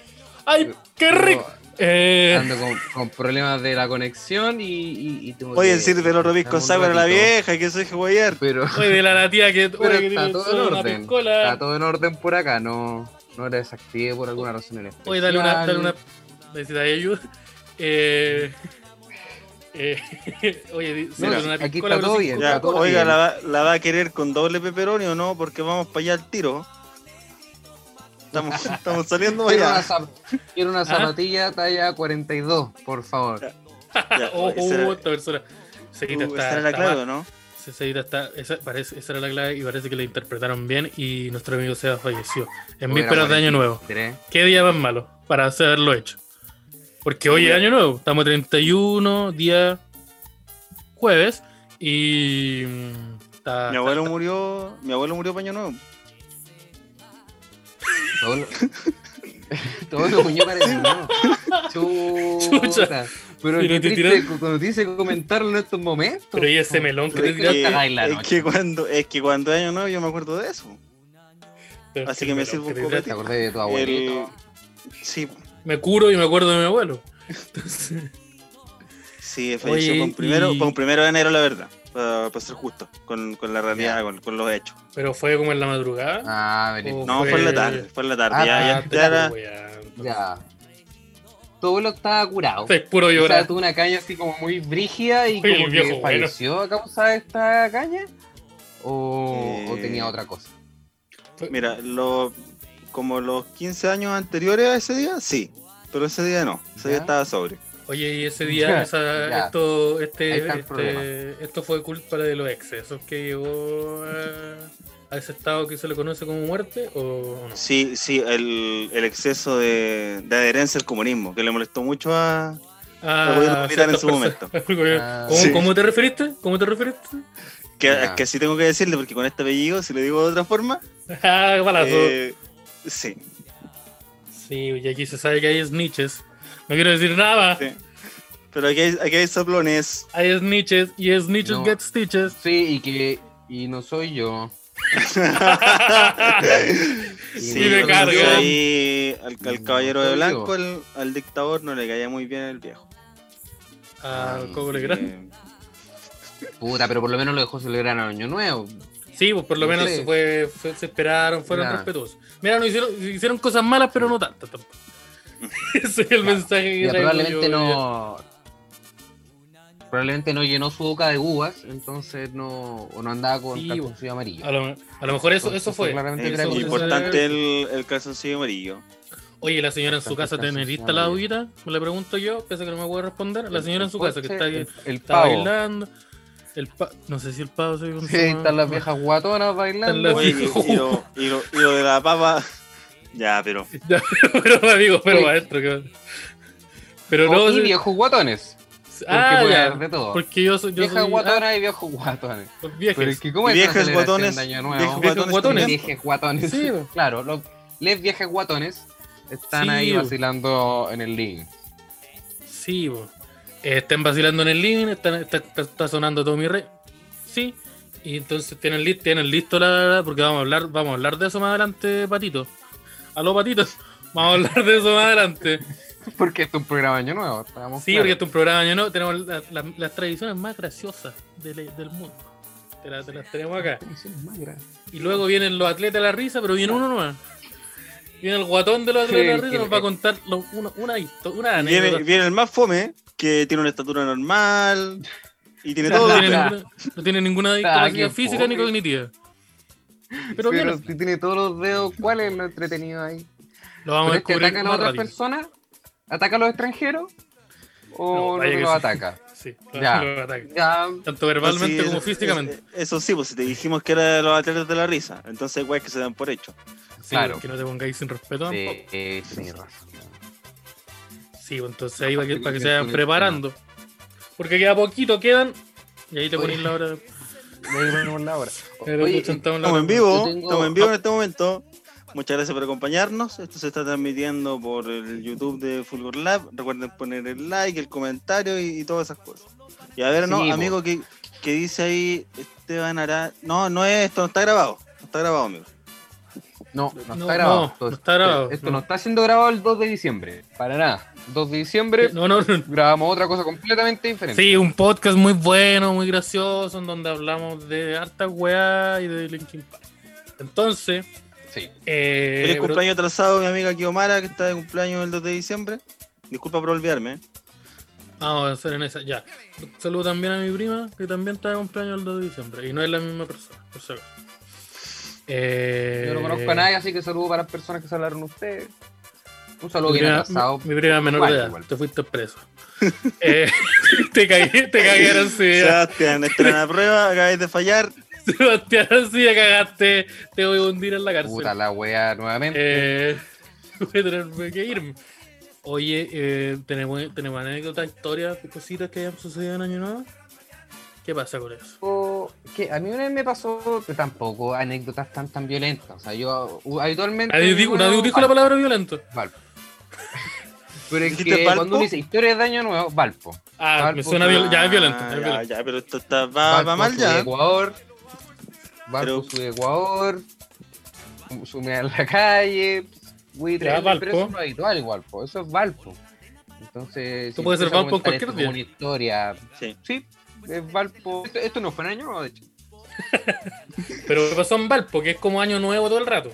[SPEAKER 2] ¡Ay, qué
[SPEAKER 1] Pero
[SPEAKER 2] rico! Eh,
[SPEAKER 1] Ando con, con problemas de la conexión y. y, y tengo
[SPEAKER 3] Oye,
[SPEAKER 1] que-
[SPEAKER 3] sirve el otro pisco
[SPEAKER 1] un
[SPEAKER 3] sour a la
[SPEAKER 1] ratito.
[SPEAKER 3] vieja, que soy guayar.
[SPEAKER 1] Pero,
[SPEAKER 2] oye, de la natía que,
[SPEAKER 1] pero
[SPEAKER 2] oye, que
[SPEAKER 1] está
[SPEAKER 2] tiene
[SPEAKER 1] todo en
[SPEAKER 2] una
[SPEAKER 1] orden.
[SPEAKER 2] piscola.
[SPEAKER 1] Está todo en orden por acá. No, no la desactivé por alguna razón en
[SPEAKER 2] Oye, dale una, dale una.
[SPEAKER 1] especial.
[SPEAKER 2] Necesitas ayuda. Eh, eh, oye, di- sí,
[SPEAKER 1] Mira,
[SPEAKER 2] dale una
[SPEAKER 1] aquí
[SPEAKER 2] piscola,
[SPEAKER 1] está
[SPEAKER 2] pero
[SPEAKER 1] todo
[SPEAKER 2] sin
[SPEAKER 1] bien.
[SPEAKER 3] Ya,
[SPEAKER 1] Está todo
[SPEAKER 3] oiga,
[SPEAKER 1] bien.
[SPEAKER 3] la, va- la va a querer con doble pepperoni o no, porque vamos para allá al tiro. Estamos, estamos saliendo para
[SPEAKER 1] Quiero una,
[SPEAKER 3] allá.
[SPEAKER 1] zap- quiero
[SPEAKER 2] Ah.
[SPEAKER 1] una zapatilla talla 42, por favor.
[SPEAKER 3] Ya,
[SPEAKER 2] Oh,
[SPEAKER 3] esa era-
[SPEAKER 2] oh, esta persona. Seguita
[SPEAKER 3] uh,
[SPEAKER 2] está,
[SPEAKER 3] esa era la
[SPEAKER 2] está
[SPEAKER 3] clave,
[SPEAKER 2] mal.
[SPEAKER 3] ¿no?
[SPEAKER 2] Se- Seguita está. Esa, parece, esa era la clave y parece que la interpretaron bien. Y nuestro amigo Seba falleció en
[SPEAKER 1] Hubiera
[SPEAKER 2] vísperas de Año Nuevo.
[SPEAKER 1] Tres.
[SPEAKER 2] ¿Qué día más malo para haberlo hecho? Porque hoy es Año Nuevo. Estamos 31, día jueves. Y. mm, Está,
[SPEAKER 3] Mi abuelo murió, mi abuelo murió paño nuevo.
[SPEAKER 1] Todo lo, todo lo muñeco parece, ¿no? Chuta.
[SPEAKER 2] Chucha.
[SPEAKER 1] Pero
[SPEAKER 2] Pero
[SPEAKER 1] qué
[SPEAKER 2] te
[SPEAKER 1] triste
[SPEAKER 2] tiraron-
[SPEAKER 1] cu- cuando te hice comentarlo en estos momentos.
[SPEAKER 2] Pero y ese melón que
[SPEAKER 1] Pero
[SPEAKER 2] te
[SPEAKER 1] es
[SPEAKER 3] Es
[SPEAKER 2] tiraste.
[SPEAKER 1] que
[SPEAKER 3] que-
[SPEAKER 1] cagáis la
[SPEAKER 3] es
[SPEAKER 1] noche.
[SPEAKER 3] que cuando es que cuando es año nuevo yo me acuerdo de eso.
[SPEAKER 2] Pero
[SPEAKER 3] Así
[SPEAKER 2] es
[SPEAKER 3] que me
[SPEAKER 2] melón
[SPEAKER 3] sirvo un
[SPEAKER 2] te
[SPEAKER 3] poco
[SPEAKER 2] tiraste.
[SPEAKER 1] ¿Te acordás de tu
[SPEAKER 3] El-
[SPEAKER 1] abuelito?
[SPEAKER 3] sí,
[SPEAKER 2] Me curo y me acuerdo de mi abuelo. Entonces,
[SPEAKER 3] sí, falleció
[SPEAKER 2] Oye,
[SPEAKER 3] con primero,
[SPEAKER 2] y-
[SPEAKER 3] con primero de enero, la verdad. Para, para ser justo, con, con la realidad, con, con los hechos.
[SPEAKER 2] pero fue como en la madrugada.
[SPEAKER 1] Ah, vení.
[SPEAKER 2] Oh.
[SPEAKER 3] No, fue en la
[SPEAKER 2] Fue-
[SPEAKER 3] tarde, fue en la tarde.
[SPEAKER 1] Ah,
[SPEAKER 3] ya,
[SPEAKER 2] Ah,
[SPEAKER 3] ya,
[SPEAKER 2] te
[SPEAKER 3] ya era,
[SPEAKER 2] estoy weando.
[SPEAKER 1] Ya. Tu abuelo estaba curado.
[SPEAKER 2] Estoy puro
[SPEAKER 1] O sea,
[SPEAKER 2] llorar.
[SPEAKER 1] tuvo una caña así como muy brígida y
[SPEAKER 2] Oye,
[SPEAKER 1] como
[SPEAKER 2] el
[SPEAKER 1] que
[SPEAKER 2] viejo bueno.
[SPEAKER 1] falleció a causa de esta caña. O, o
[SPEAKER 3] Eh,
[SPEAKER 1] tenía otra cosa.
[SPEAKER 3] Mira, lo, como los 15 años anteriores a ese día, sí. Pero ese día no.
[SPEAKER 1] Ya.
[SPEAKER 3] Ese día estaba sobrio.
[SPEAKER 2] Oye, y ese día,
[SPEAKER 1] Ya,
[SPEAKER 2] esa-
[SPEAKER 1] ya.
[SPEAKER 2] esto,
[SPEAKER 1] Ahí
[SPEAKER 2] este,
[SPEAKER 1] está el
[SPEAKER 2] este-
[SPEAKER 1] problema.
[SPEAKER 2] esto fue culpa de los exes, esos que llegó a, a ese estado que se le conoce como muerte o, o no.
[SPEAKER 3] Sí, sí, el, el exceso de, de adherencia al comunismo, que le molestó mucho a.
[SPEAKER 2] Ah,
[SPEAKER 3] Al gobierno militar
[SPEAKER 2] ciertas
[SPEAKER 3] en su
[SPEAKER 2] personas.
[SPEAKER 1] Ah.
[SPEAKER 2] ¿Cómo,
[SPEAKER 3] Sí.
[SPEAKER 2] cómo te referiste? ¿Cómo te referiste?
[SPEAKER 3] Que,
[SPEAKER 1] Ya.
[SPEAKER 3] que sí tengo que decirle, porque con este apellido, si le digo de otra forma.
[SPEAKER 2] Ah, balazo.
[SPEAKER 3] eh, sí,
[SPEAKER 2] Sí, y aquí se sabe que hay snitches. No quiero decir nada.
[SPEAKER 3] sí. Pero aquí hay, aquí hay soplones.
[SPEAKER 2] Hay snitches y snitches
[SPEAKER 1] No.
[SPEAKER 2] get stitches.
[SPEAKER 1] Sí, y que. Y no soy yo.
[SPEAKER 2] Ah,
[SPEAKER 3] Sí,
[SPEAKER 2] Y me
[SPEAKER 3] entonces
[SPEAKER 2] cargo.
[SPEAKER 3] ahí al, al caballero de
[SPEAKER 1] Te digo.
[SPEAKER 3] blanco, al, al dictador, no le caía muy bien el viejo. Eh,
[SPEAKER 2] Ah,
[SPEAKER 1] Ah,
[SPEAKER 2] ¿cómo le
[SPEAKER 3] Así
[SPEAKER 2] dirán?
[SPEAKER 3] que-
[SPEAKER 1] Puta, pero por lo menos lo dejó celebrar a Año Nuevo.
[SPEAKER 2] Sí, pues por lo
[SPEAKER 1] No
[SPEAKER 2] menos
[SPEAKER 1] sé.
[SPEAKER 2] fue- fue- se esperaron, fueron
[SPEAKER 1] Claro.
[SPEAKER 2] respetuosos. Mira, no hicieron, hicieron cosas malas, pero no tantas tampoco. Ese es el mensaje que
[SPEAKER 1] Ya,
[SPEAKER 2] traigo
[SPEAKER 1] probablemente
[SPEAKER 2] yo,
[SPEAKER 1] no. Probablemente no llenó su boca de uvas, entonces no. O no andaba con
[SPEAKER 2] Sí,
[SPEAKER 1] calzoncillo
[SPEAKER 2] ya.
[SPEAKER 1] amarillo.
[SPEAKER 2] A lo, a lo mejor eso,
[SPEAKER 1] Entonces,
[SPEAKER 2] eso fue.
[SPEAKER 1] Pues, claramente
[SPEAKER 3] Eh,
[SPEAKER 1] era
[SPEAKER 2] eso-
[SPEAKER 1] como-
[SPEAKER 3] importante el, el calzoncillo amarillo.
[SPEAKER 2] Oye, la señora en su casa
[SPEAKER 1] Tantas
[SPEAKER 2] tiene
[SPEAKER 1] cosas
[SPEAKER 2] lista la
[SPEAKER 1] malas.
[SPEAKER 2] agüita, me la pregunto yo, pese a que no me puedo responder. La señora en su casa que está,
[SPEAKER 1] El, el
[SPEAKER 2] está
[SPEAKER 1] pavo.
[SPEAKER 2] bailando. El pa- no sé si el pavo soy un
[SPEAKER 1] Sí, están las viejas guatonas bailando.
[SPEAKER 2] Están
[SPEAKER 3] Oye,
[SPEAKER 2] las-
[SPEAKER 1] Oye,
[SPEAKER 3] y, y lo, y lo- y lo de la papa. Ya, pero.
[SPEAKER 2] Ya, pero amigo, pero
[SPEAKER 1] Uy.
[SPEAKER 2] maestro, que- Pero
[SPEAKER 1] o-
[SPEAKER 2] no.
[SPEAKER 1] y
[SPEAKER 2] sí-
[SPEAKER 1] viejos guatones. Porque
[SPEAKER 2] ah,
[SPEAKER 1] puede
[SPEAKER 2] ya,
[SPEAKER 1] haber de todo.
[SPEAKER 2] Porque yo soy. Yo
[SPEAKER 1] Viejas
[SPEAKER 2] soy-
[SPEAKER 1] guatonas y viejos guatones.
[SPEAKER 2] ah, los viejes.
[SPEAKER 1] Pero es que ¿cómo es
[SPEAKER 3] Viejas
[SPEAKER 1] esa celebración
[SPEAKER 3] guatones,
[SPEAKER 1] de Año Nuevo?
[SPEAKER 3] Viejos
[SPEAKER 2] Viejas
[SPEAKER 3] guatones
[SPEAKER 2] guatones.
[SPEAKER 3] también.
[SPEAKER 1] Viejes guatones.
[SPEAKER 2] Sí, bo.
[SPEAKER 1] Claro, los, les viejas guatones están
[SPEAKER 2] Sí,
[SPEAKER 1] ahí
[SPEAKER 2] bo.
[SPEAKER 1] vacilando en el link.
[SPEAKER 2] Sí, bo. Eh, están vacilando en el living, están, está, está- está sonando todo mi rey. Sí. Y entonces tienen, lis- tienen listo la, la- Porque vamos a hablar, vamos a hablar de eso más adelante, patito. Aló, patito. Vamos a hablar de eso más adelante.
[SPEAKER 1] Porque este es un programa de Año Nuevo. Estamos
[SPEAKER 2] Sí, porque
[SPEAKER 1] claros.
[SPEAKER 2] este es un programa de año nuevo. Tenemos la- la- las tradiciones más graciosas del, del mundo. Te, la- te las tenemos acá. Y luego vienen los atletas de la risa, pero viene uno nomás. Viene el guatón de los
[SPEAKER 1] Sí,
[SPEAKER 2] atletas de la
[SPEAKER 1] el
[SPEAKER 2] risa
[SPEAKER 1] que-
[SPEAKER 2] nos va a contar lo- una, una, histo- una
[SPEAKER 3] Viene,
[SPEAKER 2] anécdota.
[SPEAKER 3] viene el más fome, que tiene una estatura normal. Y tiene
[SPEAKER 1] Claro,
[SPEAKER 2] no,
[SPEAKER 3] todo.
[SPEAKER 1] viene
[SPEAKER 2] tiene
[SPEAKER 1] ya.
[SPEAKER 2] ninguna, no tiene ninguna
[SPEAKER 1] qué
[SPEAKER 2] discapacidad física ni
[SPEAKER 1] pobre.
[SPEAKER 2] cognitiva.
[SPEAKER 1] Pero,
[SPEAKER 2] Pero viene.
[SPEAKER 1] si tiene todos los dedos, ¿cuál es lo entretenido ahí?
[SPEAKER 2] Lo vamos
[SPEAKER 1] ¿Pero
[SPEAKER 2] a
[SPEAKER 1] es que
[SPEAKER 2] descubrir
[SPEAKER 1] atacan a
[SPEAKER 2] más
[SPEAKER 1] otras
[SPEAKER 2] rápido.
[SPEAKER 1] personas? ¿Ataca a los extranjeros? ¿O
[SPEAKER 2] No,
[SPEAKER 1] no,
[SPEAKER 2] vaya que
[SPEAKER 1] los
[SPEAKER 2] sí.
[SPEAKER 1] ataca?
[SPEAKER 2] Sí,
[SPEAKER 1] Ya.
[SPEAKER 2] lo ataca.
[SPEAKER 1] Ya,
[SPEAKER 2] Tanto verbalmente
[SPEAKER 3] Sí,
[SPEAKER 2] como
[SPEAKER 3] eso-
[SPEAKER 2] físicamente.
[SPEAKER 3] es- Eso sí, pues si te dijimos que era de los atletas de la risa. Entonces, guay, que se dan por hecho.
[SPEAKER 2] Sí,
[SPEAKER 1] claro.
[SPEAKER 2] Que no te pongáis sin respeto tampoco.
[SPEAKER 1] Sí, eh, tenés razón.
[SPEAKER 2] Sí, pues, entonces ahí para que, para que se
[SPEAKER 1] Sí,
[SPEAKER 2] vayan
[SPEAKER 1] sí,
[SPEAKER 2] preparando. Porque queda poquito, quedan. Y ahí te ponéis la hora.
[SPEAKER 1] Ya llevamos la hora.
[SPEAKER 2] pero
[SPEAKER 1] Oye,
[SPEAKER 2] pues, sentamos la
[SPEAKER 3] Estamos
[SPEAKER 2] hora.
[SPEAKER 3] en vivo,
[SPEAKER 1] Yo tengo-
[SPEAKER 3] estamos en vivo en este momento. Muchas gracias por acompañarnos. Esto se está transmitiendo por el YouTube de Fulgor Lab. Recuerden poner el like, el comentario y, y todas esas cosas. Y a ver, no,
[SPEAKER 1] Sí, po.
[SPEAKER 3] amigo, que, que dice ahí Esteban Ara. No, no es esto, no está grabado. No está grabado, amigo.
[SPEAKER 1] No, no,
[SPEAKER 2] No,
[SPEAKER 1] está grabado.
[SPEAKER 2] no,
[SPEAKER 1] Entonces,
[SPEAKER 2] no está grabado,
[SPEAKER 1] Esto
[SPEAKER 2] no.
[SPEAKER 1] no. está siendo grabado el 2 de diciembre. Para nada. 2 de diciembre
[SPEAKER 2] No, no, no.
[SPEAKER 1] grabamos otra cosa completamente diferente.
[SPEAKER 2] Sí, un podcast muy bueno, muy gracioso, en donde hablamos de harta weá y de Linkin Park. Entonces,
[SPEAKER 1] Sí.
[SPEAKER 2] eh,
[SPEAKER 3] Feliz
[SPEAKER 2] pero-
[SPEAKER 3] cumpleaños atrasado, mi amiga Kiomara, que está de cumpleaños el 2 de diciembre. Disculpa por olvidarme. ¿eh?
[SPEAKER 2] vamos a hacer en esa, ya. Saludo también a mi prima, que también está de cumpleaños el 2 de diciembre, y no es la misma persona, por si acaso. Eh,
[SPEAKER 1] Yo no conozco a nadie, así que saludo para las personas que se hablaron ustedes. Un saludo
[SPEAKER 2] Mi
[SPEAKER 1] bien
[SPEAKER 2] prima,
[SPEAKER 1] atrasado.
[SPEAKER 2] mi- mi prima menor
[SPEAKER 1] Igual,
[SPEAKER 2] de edad,
[SPEAKER 1] igual.
[SPEAKER 2] te fuiste preso. Eh, te cagué, te cagué Arancía.
[SPEAKER 3] Sebastián, esta era una prueba, acabáis de fallar.
[SPEAKER 2] Sebastián Arancía, cagaste. Te voy a hundir en la cárcel.
[SPEAKER 1] Puta la wea nuevamente.
[SPEAKER 2] Eh, voy a tener que irme. Oye, eh, ¿tenemos, tenemos anécdotas, historias, cositas que hayan sucedido en Año Nuevo. ¿Qué pasa con eso?
[SPEAKER 1] O- que a mí una vez me pasó que tampoco anécdotas tan tan violentas. O sea, yo u- habitualmente.
[SPEAKER 2] Nadie Ah, dijo, nadie dijo la palabra violento.
[SPEAKER 1] Valpo. Pero es
[SPEAKER 3] ¿Dijiste
[SPEAKER 1] que
[SPEAKER 3] Valpo?
[SPEAKER 1] cuando uno dice historias de año nuevo, Valpo.
[SPEAKER 2] Ah,
[SPEAKER 1] Valpo,
[SPEAKER 2] me suena viol- ya es violento.
[SPEAKER 3] Ah,
[SPEAKER 2] es
[SPEAKER 3] ya,
[SPEAKER 2] violento.
[SPEAKER 3] ya, pero esto está, va, va mal
[SPEAKER 1] Sube
[SPEAKER 3] ya.
[SPEAKER 1] Ecuador. Valpo
[SPEAKER 3] Pero-
[SPEAKER 1] sube Ecuador. Sume a la calle. Buitre,
[SPEAKER 2] Ya,
[SPEAKER 1] pero eso
[SPEAKER 2] Valpo.
[SPEAKER 1] no es habitual, Valpo. Eso es Valpo. Entonces.
[SPEAKER 2] Tú puedes ser
[SPEAKER 1] empiezas a
[SPEAKER 2] Valpo en
[SPEAKER 1] comentar esto
[SPEAKER 2] cualquier
[SPEAKER 1] como
[SPEAKER 2] día.
[SPEAKER 1] Una historia.
[SPEAKER 3] Sí.
[SPEAKER 1] Sí, es Valpo. Esto, esto no fue en año nuevo, de hecho.
[SPEAKER 2] Pero ¿qué pasó en Valpo? Que es como Año Nuevo todo el rato.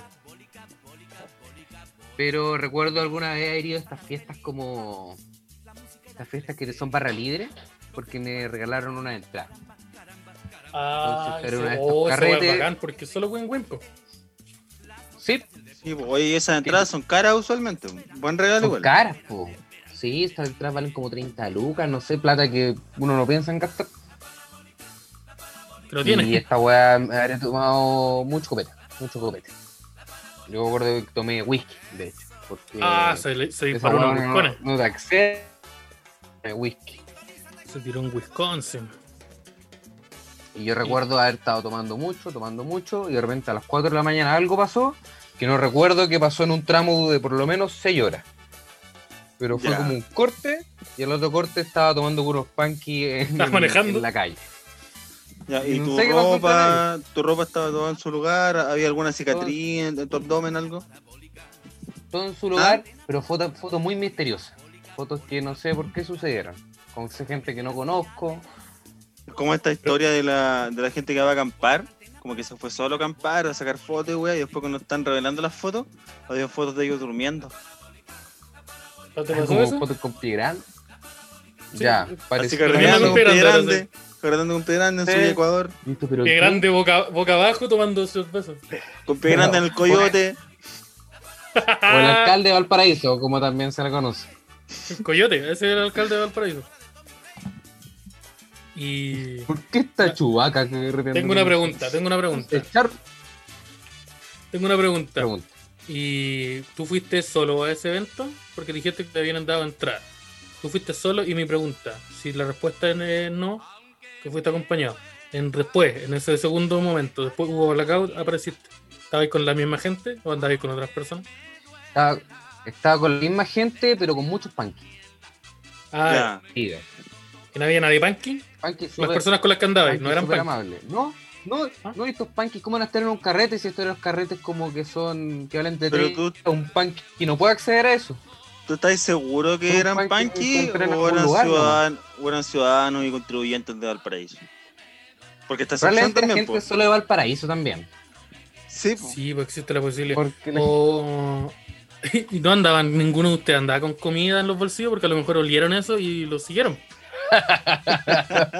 [SPEAKER 1] Pero recuerdo alguna vez haber ido a estas fiestas como. Estas fiestas que son barra libre, porque me regalaron una entrada.
[SPEAKER 2] Ah,
[SPEAKER 1] Entonces, era una de estos
[SPEAKER 2] oh, esa weá es
[SPEAKER 1] carretes.
[SPEAKER 2] bacán, porque solo buen Wimpo.
[SPEAKER 1] Sí,
[SPEAKER 3] Sí, pues, oye, esas entradas son caras usualmente. Buen regalo
[SPEAKER 1] son
[SPEAKER 3] igual.
[SPEAKER 1] caras, po. Sí, estas entradas valen como 30 lucas, no sé, plata que uno no piensa en gastar.
[SPEAKER 2] Pero
[SPEAKER 1] Y
[SPEAKER 2] tiene.
[SPEAKER 1] esta weá me habría tomado mucho copete, mucho copete. Yo recuerdo que tomé whisky, de hecho. Porque
[SPEAKER 2] Ah, se, le-
[SPEAKER 1] esa
[SPEAKER 2] se disparó una
[SPEAKER 1] weá no,
[SPEAKER 2] Wisconsin.
[SPEAKER 1] no te accede. eh, Whisky.
[SPEAKER 2] Se tiró un Wisconsin.
[SPEAKER 1] Y yo recuerdo haber estado tomando mucho, tomando mucho, y de repente a las 4 de la mañana algo pasó, que no recuerdo que pasó en un tramo de por lo menos 6 horas. Pero fue
[SPEAKER 3] Ya.
[SPEAKER 1] como un corte, y el otro corte estaba tomando puros punky en,
[SPEAKER 2] ¿Estás manejando?
[SPEAKER 1] en la calle.
[SPEAKER 3] Ya, y
[SPEAKER 1] No
[SPEAKER 3] tu
[SPEAKER 1] sé qué pasó con
[SPEAKER 3] ropa, tu ropa estaba toda en su lugar, había alguna cicatriz en en tu abdomen, algo.
[SPEAKER 1] Todo en su lugar, pero fotos foto muy misteriosas. Fotos que no sé por qué sucedieron. Con esa gente que no conozco.
[SPEAKER 3] Como esta historia de la, de la gente que va a acampar, como que se fue solo a acampar, a sacar fotos, güey, y después cuando están revelando las fotos, había fotos de ellos durmiendo.
[SPEAKER 2] ¿No te pasó
[SPEAKER 1] Como
[SPEAKER 2] eso?
[SPEAKER 1] fotos con pie grande.
[SPEAKER 2] Sí,
[SPEAKER 1] ya,
[SPEAKER 2] así
[SPEAKER 3] Así
[SPEAKER 1] parecía.
[SPEAKER 3] carreteando con
[SPEAKER 2] Pie
[SPEAKER 3] pie
[SPEAKER 2] grande,
[SPEAKER 3] grande, carreteando con pie grande en
[SPEAKER 1] Sí.
[SPEAKER 3] Sur Ecuador,
[SPEAKER 1] Listo, pero
[SPEAKER 2] Qué
[SPEAKER 1] ¿qué?
[SPEAKER 2] grande boca, boca abajo tomando cerveza.
[SPEAKER 3] con pie grande en el coyote.
[SPEAKER 1] O el alcalde de Valparaíso, como también se le conoce.
[SPEAKER 2] Coyote, ese era el alcalde de Valparaíso. Y
[SPEAKER 1] ¿Por qué esta chubaca que de repente-
[SPEAKER 2] tengo una pregunta, tengo una pregunta,
[SPEAKER 1] Echar
[SPEAKER 2] tengo una pregunta.
[SPEAKER 1] pregunta.
[SPEAKER 2] ¿Y tú fuiste solo a ese evento? Porque dijiste que te habían dado entrada. Tú fuiste solo y mi pregunta, si la respuesta es eh, no, que fuiste acompañado. En después, en ese segundo momento, después hubo blackout, apareciste. ¿Estabais con la misma gente o andabais con otras personas?
[SPEAKER 1] Estaba, estaba con la misma gente, pero con muchos punkies.
[SPEAKER 2] Ah,
[SPEAKER 1] Sí,
[SPEAKER 2] ¿y no había nadie punky?
[SPEAKER 1] punkies
[SPEAKER 2] Las
[SPEAKER 1] super-
[SPEAKER 2] personas con las que andabais
[SPEAKER 1] punkies
[SPEAKER 2] no eran
[SPEAKER 1] super
[SPEAKER 2] punky.
[SPEAKER 1] amables. No, no,
[SPEAKER 2] ¿Ah?
[SPEAKER 1] no, estos punkies, ¿cómo van a estar en un carrete si estos eran los carretes como que son, que hablan de
[SPEAKER 3] Pero
[SPEAKER 1] tres?
[SPEAKER 3] tú-
[SPEAKER 1] Un punky y no puede acceder a eso.
[SPEAKER 3] ¿Tú estás seguro que
[SPEAKER 1] Son
[SPEAKER 3] eran
[SPEAKER 1] punky que
[SPEAKER 3] punky
[SPEAKER 1] encuentran en
[SPEAKER 3] o
[SPEAKER 1] algún
[SPEAKER 3] eran,
[SPEAKER 1] lugar, ¿no?
[SPEAKER 3] ciudadan- o eran ciudadanos y contribuyentes de Valparaíso? Porque está sección
[SPEAKER 1] Probablemente la
[SPEAKER 3] también,
[SPEAKER 1] gente
[SPEAKER 3] po.
[SPEAKER 1] solo de Valparaíso también.
[SPEAKER 3] Sí, po.
[SPEAKER 2] Sí, pues existe la posibilidad.
[SPEAKER 1] Porque la-
[SPEAKER 2] O- Y no andaban, ninguno de ustedes andaba con comida en los bolsillos porque a lo mejor olieron eso y lo siguieron.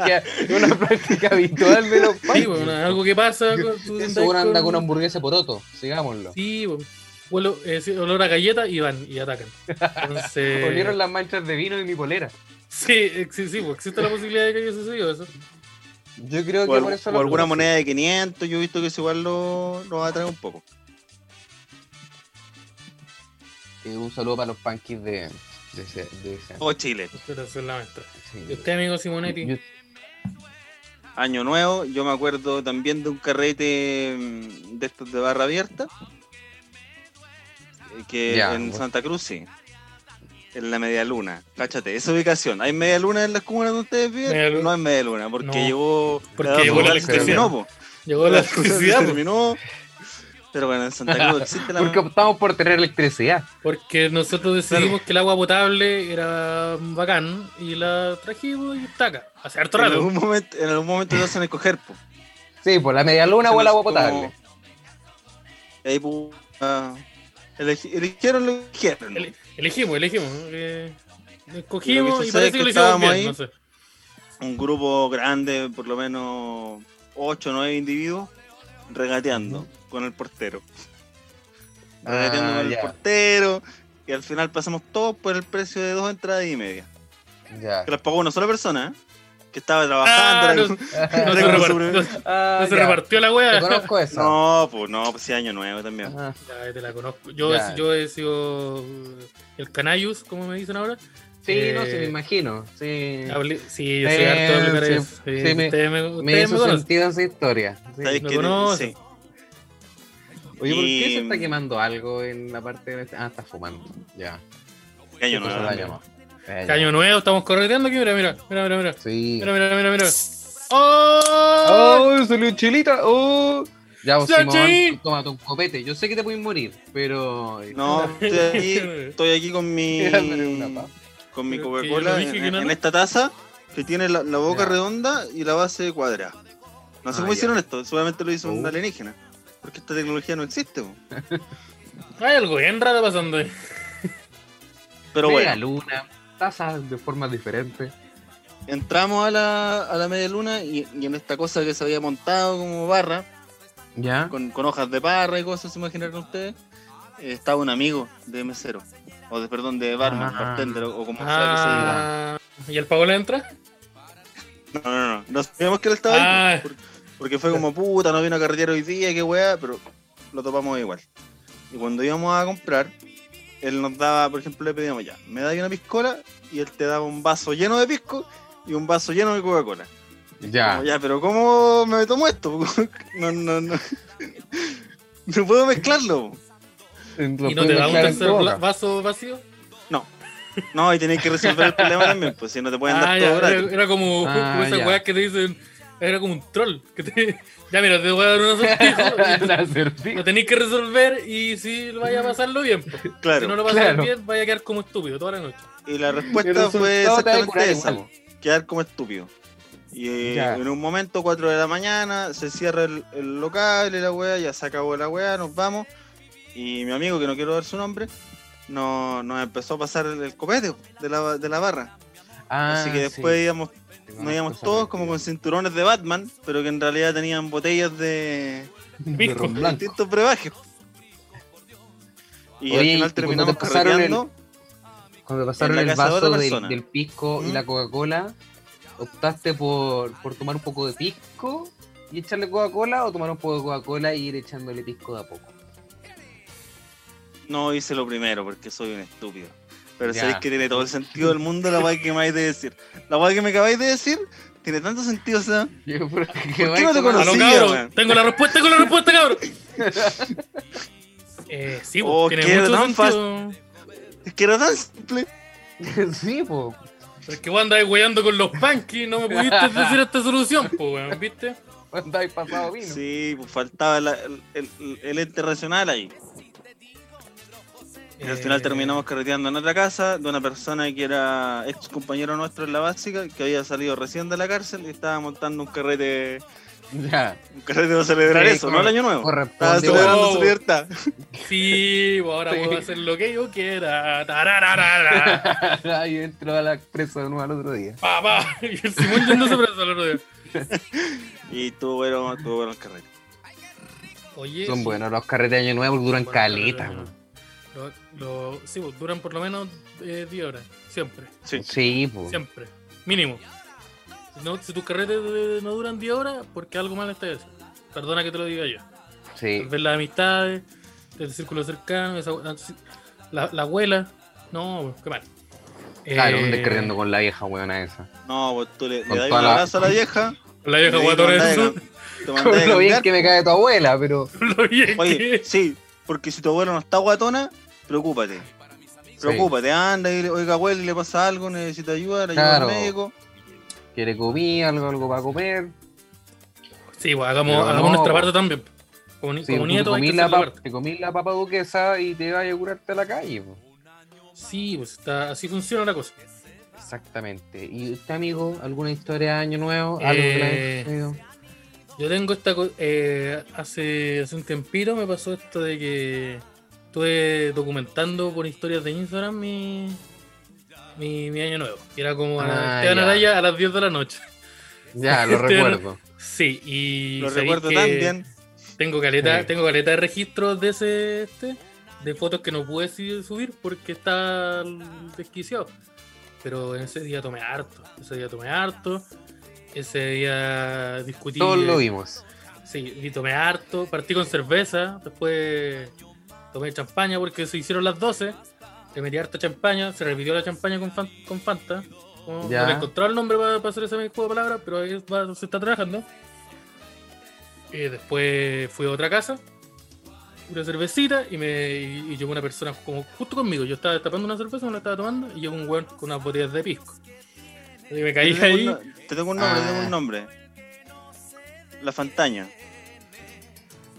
[SPEAKER 1] que es una práctica habitual de los
[SPEAKER 2] Sí, pues.
[SPEAKER 1] punkies.
[SPEAKER 2] bueno, algo que pasa.
[SPEAKER 1] Yo-
[SPEAKER 2] tú
[SPEAKER 1] Sí,
[SPEAKER 2] andás
[SPEAKER 1] seguro anda con
[SPEAKER 2] con-
[SPEAKER 1] una hamburguesa por otro, sigámoslo.
[SPEAKER 2] Sí, bueno, huelo- eh, sí, olor a galleta y van y atacan. Entonces,
[SPEAKER 1] Volvieron las manchas de vino y mi polera.
[SPEAKER 2] sí, ex- sí, sí, pues, existe la posibilidad de que haya sucedido eso.
[SPEAKER 1] Yo creo
[SPEAKER 3] O,
[SPEAKER 1] que
[SPEAKER 3] al-
[SPEAKER 1] por eso
[SPEAKER 3] o
[SPEAKER 1] lo-
[SPEAKER 3] alguna moneda de 500, yo he visto que eso igual lo, lo atrae un poco.
[SPEAKER 1] Eh, un saludo para los punkies de, de, ese- de ese-
[SPEAKER 3] O Chile.
[SPEAKER 2] Pero eso es la maestra.
[SPEAKER 1] sí.
[SPEAKER 2] ¿Y usted, amigo Simonetti?
[SPEAKER 1] Yo-
[SPEAKER 3] Año Nuevo, yo me acuerdo también de un carrete mm, de estos de barra abierta. eh, Que
[SPEAKER 1] Ya,
[SPEAKER 3] en
[SPEAKER 1] bueno.
[SPEAKER 3] Santa Cruz, sí. En la media luna. Cáchate, esa ubicación. ¿Hay media luna en las comunas donde ustedes viven?
[SPEAKER 2] Media luna.
[SPEAKER 3] No hay media luna, porque
[SPEAKER 2] No.
[SPEAKER 3] llegó.
[SPEAKER 2] Porque llegó la
[SPEAKER 3] se
[SPEAKER 2] electricidad.
[SPEAKER 3] terminó, po.
[SPEAKER 2] Llegó la pues,
[SPEAKER 3] La cosa se
[SPEAKER 2] electricidad po,
[SPEAKER 3] terminó. Pero bueno, en Santa Cruz existe la.
[SPEAKER 1] Porque optamos por tener electricidad.
[SPEAKER 2] porque nosotros decidimos que el agua potable era bacán y la trajimos y está acá. Hace harto
[SPEAKER 3] en,
[SPEAKER 2] rato.
[SPEAKER 3] algún momento, en algún momento te hacen escoger, po.
[SPEAKER 1] Sí, por la media luna o el agua potable.
[SPEAKER 3] Y ahí, pu- ah, elegi- eligieron lo que eligieron.
[SPEAKER 2] Ele- elegimos, elegimos. eh, escogimos
[SPEAKER 3] Lo que
[SPEAKER 2] y
[SPEAKER 3] sucede
[SPEAKER 2] parece
[SPEAKER 3] es
[SPEAKER 2] que,
[SPEAKER 3] que
[SPEAKER 2] lo hicimos
[SPEAKER 3] estábamos
[SPEAKER 2] bien.
[SPEAKER 3] ahí.
[SPEAKER 2] No sé.
[SPEAKER 3] Un grupo grande, por lo menos 8 o 9 individuos, regateando con el portero. Regateando
[SPEAKER 1] Ah,
[SPEAKER 3] con
[SPEAKER 1] ya.
[SPEAKER 3] el portero. Y al final pasamos todos por el precio de dos entradas y media.
[SPEAKER 1] Ya.
[SPEAKER 3] Que las pagó una sola persona, ¿eh? que estaba trabajando.
[SPEAKER 2] Ah,
[SPEAKER 3] era
[SPEAKER 2] no,
[SPEAKER 3] como-
[SPEAKER 2] no se
[SPEAKER 3] Era como
[SPEAKER 2] repart-
[SPEAKER 3] sobre-
[SPEAKER 2] no- no
[SPEAKER 1] Ah,
[SPEAKER 2] se
[SPEAKER 1] ya.
[SPEAKER 2] repartió la
[SPEAKER 1] Te
[SPEAKER 2] wea.
[SPEAKER 1] conozco esa.
[SPEAKER 3] No, pues no, pues sí, año nuevo
[SPEAKER 2] Ah,
[SPEAKER 3] también.
[SPEAKER 1] Ajá.
[SPEAKER 2] Ya, te la conozco. Yo,
[SPEAKER 1] Ya.
[SPEAKER 2] he- yo he sido el canayus, como me dicen ahora.
[SPEAKER 1] Sí, no, sí,
[SPEAKER 2] Eh,
[SPEAKER 1] me imagino. Sí.
[SPEAKER 2] Habli- sí, yo soy
[SPEAKER 1] Eh,
[SPEAKER 2] harto de hablar
[SPEAKER 1] sí,
[SPEAKER 2] eso. Sí,
[SPEAKER 1] sí, me-
[SPEAKER 2] ustedes me,
[SPEAKER 1] Me
[SPEAKER 2] ustedes me
[SPEAKER 1] hizo
[SPEAKER 2] conocen.
[SPEAKER 1] sentido esa historia. Sí.
[SPEAKER 3] ¿Sabes
[SPEAKER 2] me
[SPEAKER 3] qué?
[SPEAKER 2] conoce.
[SPEAKER 3] Sí.
[SPEAKER 1] Oye, ¿por qué se
[SPEAKER 3] Y-
[SPEAKER 1] está quemando algo en la parte de... Ah, está fumando. Ya.
[SPEAKER 3] Año
[SPEAKER 1] Eso
[SPEAKER 3] nuevo.
[SPEAKER 1] la
[SPEAKER 3] también.
[SPEAKER 1] llama. Eh, ya.
[SPEAKER 2] Caño nuevo, estamos correteando aquí. Mira, mira, mira, mira, mira.
[SPEAKER 1] Sí.
[SPEAKER 2] Mira, mira, mira, mira. ¡Oh!
[SPEAKER 1] ¡Oh! ¡Salió un chilita! ¡Oh! Ya, vos,
[SPEAKER 2] ¡Se
[SPEAKER 1] Simón,
[SPEAKER 2] achí!
[SPEAKER 1] tómate un copete. Yo sé que te puedes morir, pero... eh,
[SPEAKER 3] No, mm, estoy aquí, estoy aquí con mi.
[SPEAKER 1] Dándole una papa.
[SPEAKER 3] con mi
[SPEAKER 2] Pero que yo
[SPEAKER 3] Coca-Cola
[SPEAKER 2] le dije
[SPEAKER 3] en,
[SPEAKER 2] que no,
[SPEAKER 3] en
[SPEAKER 2] no.
[SPEAKER 3] esta taza que tiene la, la boca
[SPEAKER 1] Ya.
[SPEAKER 3] redonda y la base cuadrada. No sé
[SPEAKER 1] Ah,
[SPEAKER 3] cómo
[SPEAKER 1] ya.
[SPEAKER 3] hicieron esto, seguramente lo hizo un
[SPEAKER 1] Uh.
[SPEAKER 3] alienígena. Porque esta tecnología no existe. po.
[SPEAKER 2] Hay algo bien raro pasando ahí.
[SPEAKER 3] Pero
[SPEAKER 1] Media
[SPEAKER 3] bueno,
[SPEAKER 1] luna, tazas de formas diferentes.
[SPEAKER 3] entramos a la, a la media luna y, y en esta cosa que se había montado como barra,
[SPEAKER 1] ¿Ya?
[SPEAKER 3] con, con hojas de parra y cosas, se imaginaron ustedes, eh, estaba un amigo de mesero. O de, perdón, de barman,
[SPEAKER 1] Ah.
[SPEAKER 3] bartender, o, o como sea
[SPEAKER 2] Ah, ¿Y el Paolo entra?
[SPEAKER 3] que se diga. No, no, no. No sabíamos que él estaba ahí.
[SPEAKER 2] Ah.
[SPEAKER 3] po, por- Porque fue como puta, no vino a carretear hoy día, qué weá, pero lo topamos igual. Y cuando íbamos a comprar, él nos daba, por ejemplo, le pedíamos ya, me da una piscola y él te daba un vaso lleno de pisco y un vaso lleno de Coca-Cola.
[SPEAKER 1] Ya.
[SPEAKER 3] Como, Ya, pero ¿cómo me tomo esto? no, no, no. No puedo mezclarlo.
[SPEAKER 2] ¿Y no te da un tercer bla- vaso vacío?
[SPEAKER 3] No, y tenéis que resolver el problema también, pues si no te pueden
[SPEAKER 2] Ah,
[SPEAKER 3] dar
[SPEAKER 2] ya,
[SPEAKER 3] todo
[SPEAKER 2] era,
[SPEAKER 3] gratis.
[SPEAKER 2] era como,
[SPEAKER 1] Ah,
[SPEAKER 2] como esas
[SPEAKER 1] ya.
[SPEAKER 2] weas que te dicen. Era como un troll. Que te, ya, mira, te voy a dar un acertijo. y
[SPEAKER 1] La
[SPEAKER 2] Lo
[SPEAKER 1] serpiente.
[SPEAKER 2] tenéis que resolver y si vaya a pasarlo bien. po. Si no
[SPEAKER 3] Claro.
[SPEAKER 2] lo pasas
[SPEAKER 1] Claro.
[SPEAKER 2] bien, vaya a quedar como estúpido toda la noche.
[SPEAKER 3] Y la
[SPEAKER 1] El
[SPEAKER 3] respuesta
[SPEAKER 1] resultado
[SPEAKER 3] fue
[SPEAKER 1] te va a curar
[SPEAKER 3] Pues, exactamente esa.
[SPEAKER 1] igual.
[SPEAKER 3] po, Quedar como estúpido. Y eh,
[SPEAKER 1] Ya.
[SPEAKER 3] en un momento, 4 de la mañana, se cierra el, el local y la weá, ya se acabó la weá, nos vamos. Y mi amigo, que no quiero dar su nombre, no, nos empezó a pasar el, el copete de la, de la barra.
[SPEAKER 1] Ah,
[SPEAKER 3] Así que
[SPEAKER 1] sí.
[SPEAKER 3] después íbamos,
[SPEAKER 1] Te conozco
[SPEAKER 3] nos íbamos
[SPEAKER 1] esa
[SPEAKER 3] todos
[SPEAKER 1] parte.
[SPEAKER 3] como con cinturones de Batman, pero que en realidad tenían botellas de
[SPEAKER 1] De ron
[SPEAKER 2] Pisco.
[SPEAKER 1] blanco.
[SPEAKER 3] distintos brebajes. Y al
[SPEAKER 1] Oye,
[SPEAKER 3] final
[SPEAKER 1] ¿y cuando
[SPEAKER 3] terminamos
[SPEAKER 1] te pasaron el-
[SPEAKER 3] carreteando.
[SPEAKER 1] Cuando pasaron
[SPEAKER 3] en la
[SPEAKER 1] el
[SPEAKER 3] casa de otra
[SPEAKER 1] vaso del,
[SPEAKER 3] persona.
[SPEAKER 1] del pisco y
[SPEAKER 3] ¿Mm?
[SPEAKER 1] la Coca-Cola, optaste por, por tomar un poco de pisco y echarle Coca-Cola o tomar un poco de Coca-Cola e ir echándole pisco de a poco?
[SPEAKER 3] No hice lo primero porque soy un estúpido. Pero
[SPEAKER 1] Ya.
[SPEAKER 3] sabéis que tiene todo el sentido del mundo la weá que me acabáis de decir. La weá que me acabáis de decir tiene tanto sentido, o sea,
[SPEAKER 1] Yo, ¿Por qué,
[SPEAKER 3] no te
[SPEAKER 2] A lo
[SPEAKER 3] Sí,
[SPEAKER 2] cabrón,
[SPEAKER 3] weón.
[SPEAKER 2] tengo la respuesta, tengo la respuesta, cabrón. Eh, sí,
[SPEAKER 3] Oh,
[SPEAKER 2] tiene
[SPEAKER 3] qué
[SPEAKER 2] mucho
[SPEAKER 3] tan
[SPEAKER 2] sentido.
[SPEAKER 3] es que era tan simple.
[SPEAKER 1] Sí, po.
[SPEAKER 2] Pero es que vos andabas weyando con los punky, no me pudiste decir esta solución, pues, weón, ¿viste?
[SPEAKER 1] Andáis pasado vino.
[SPEAKER 3] Sí, pues faltaba la- el, el, el ente racional ahí. Y al final
[SPEAKER 2] Eh,
[SPEAKER 3] terminamos carreteando en otra casa de una persona que era ex compañero nuestro en la básica, que había salido recién de la cárcel y estaba montando un carrete,
[SPEAKER 1] Ya.
[SPEAKER 3] un carrete para celebrar
[SPEAKER 1] Sí,
[SPEAKER 3] eso, ¿no? Ah, El año nuevo. Estaba
[SPEAKER 1] Corresponde.
[SPEAKER 2] celebra-
[SPEAKER 3] celebrando
[SPEAKER 2] wow.
[SPEAKER 3] su libertad.
[SPEAKER 2] Sí, pues ahora
[SPEAKER 1] Sí.
[SPEAKER 2] puedo hacer lo que yo quiera. Tarararara.
[SPEAKER 1] Ahí entró a la presa de nuevo al otro día.
[SPEAKER 2] Papá. Y el Simón yéndose preso al otro día.
[SPEAKER 3] Y estuvo bueno, estuvo bueno el carrete.
[SPEAKER 2] Oye.
[SPEAKER 1] Son
[SPEAKER 2] sí,
[SPEAKER 1] buenos los carretes de año nuevo, duran
[SPEAKER 2] bueno,
[SPEAKER 1] caleta.
[SPEAKER 2] pero-
[SPEAKER 1] po.
[SPEAKER 2] lo- lo- sí, pues, duran por lo menos eh, 10 horas. Siempre,
[SPEAKER 3] Sí.
[SPEAKER 1] Sí, po.
[SPEAKER 2] siempre. Mínimo. Si, no, si tus carretes de- no duran 10 horas, porque algo mal está eso. Perdona que te lo diga yo.
[SPEAKER 1] Sí.
[SPEAKER 2] Ver las amistades, el círculo cercano, esa- la, la abuela. No, qué mal.
[SPEAKER 1] Claro,
[SPEAKER 2] Eh,
[SPEAKER 1] un descargando con la vieja weona esa.
[SPEAKER 3] No, pues tú le, le
[SPEAKER 1] Con
[SPEAKER 3] das un
[SPEAKER 1] toda la-
[SPEAKER 3] abrazo a la vieja.
[SPEAKER 2] La vieja
[SPEAKER 3] y te
[SPEAKER 2] guatona
[SPEAKER 3] mandáis
[SPEAKER 2] eso.
[SPEAKER 3] a- te
[SPEAKER 1] Con
[SPEAKER 3] mandáis a
[SPEAKER 1] lo bien
[SPEAKER 3] cambiar.
[SPEAKER 1] que me cae tu abuela, pero.
[SPEAKER 2] Lo bien que
[SPEAKER 3] Oye,
[SPEAKER 2] es.
[SPEAKER 3] sí, porque si tu abuelo no está guatona, preocúpate. Preocúpate, anda y dile, oiga abuelo, le pasa algo, necesita ayuda, le ayuda
[SPEAKER 1] Claro.
[SPEAKER 3] al médico.
[SPEAKER 1] Quiere comida, algo, algo para comer.
[SPEAKER 2] Sí, pues hagamos,
[SPEAKER 1] Pero
[SPEAKER 2] hagamos
[SPEAKER 1] no,
[SPEAKER 2] nuestra
[SPEAKER 1] po.
[SPEAKER 2] parte también. Como, ni-
[SPEAKER 1] Sí, pues,
[SPEAKER 2] como
[SPEAKER 1] tú te
[SPEAKER 2] nieto hay que
[SPEAKER 1] comís
[SPEAKER 2] hacer
[SPEAKER 1] la
[SPEAKER 2] la
[SPEAKER 1] pap-
[SPEAKER 2] parte.
[SPEAKER 1] te comís la papa duquesa y te vas a curarte a la calle. po.
[SPEAKER 2] Sí, pues está, así funciona la cosa.
[SPEAKER 1] Exactamente. ¿Y usted, amigo, alguna historia de año nuevo? ¿Algo que le haya
[SPEAKER 2] Eh,
[SPEAKER 1] sucedido?
[SPEAKER 2] Yo tengo esta co- eh, hace, hace un tempito me pasó esto de que estuve documentando por historias de Instagram mi, mi, mi año nuevo. Y era como
[SPEAKER 1] Ah,
[SPEAKER 2] a, Esteban
[SPEAKER 1] ya.
[SPEAKER 2] Araya a las 10 de la noche.
[SPEAKER 1] Ya, lo
[SPEAKER 2] este,
[SPEAKER 1] recuerdo.
[SPEAKER 2] Sí, y
[SPEAKER 3] Lo
[SPEAKER 2] sabéis
[SPEAKER 3] recuerdo
[SPEAKER 2] que
[SPEAKER 3] también.
[SPEAKER 2] Tengo caleta,
[SPEAKER 1] Sí.
[SPEAKER 2] tengo caleta de registros de ese este, de fotos que no pude si- subir porque está desquiciado. Pero ese día tomé harto, ese día tomé harto, ese día discutí.
[SPEAKER 1] Todos lo vimos.
[SPEAKER 2] Sí, y tomé harto, partí con cerveza, después tomé champaña porque se hicieron las 12, le metí harta champaña, se repitió la champaña con, fan- con Fanta. No, no
[SPEAKER 1] Ya.
[SPEAKER 2] le encontraba el nombre para, para hacer ese juego de palabras, pero ahí va- se está trabajando. Eh, después fui a otra casa, una cervecita y me y, y llegó una persona como justo conmigo. Yo estaba tapando una cerveza, me la estaba tomando y llegó un weón con unas botellas de pisco. Y me caí
[SPEAKER 3] Te tengo un
[SPEAKER 2] ahí.
[SPEAKER 3] no- Te tengo un nombre, te tengo
[SPEAKER 1] Ah.
[SPEAKER 3] un nombre. La Fantaña.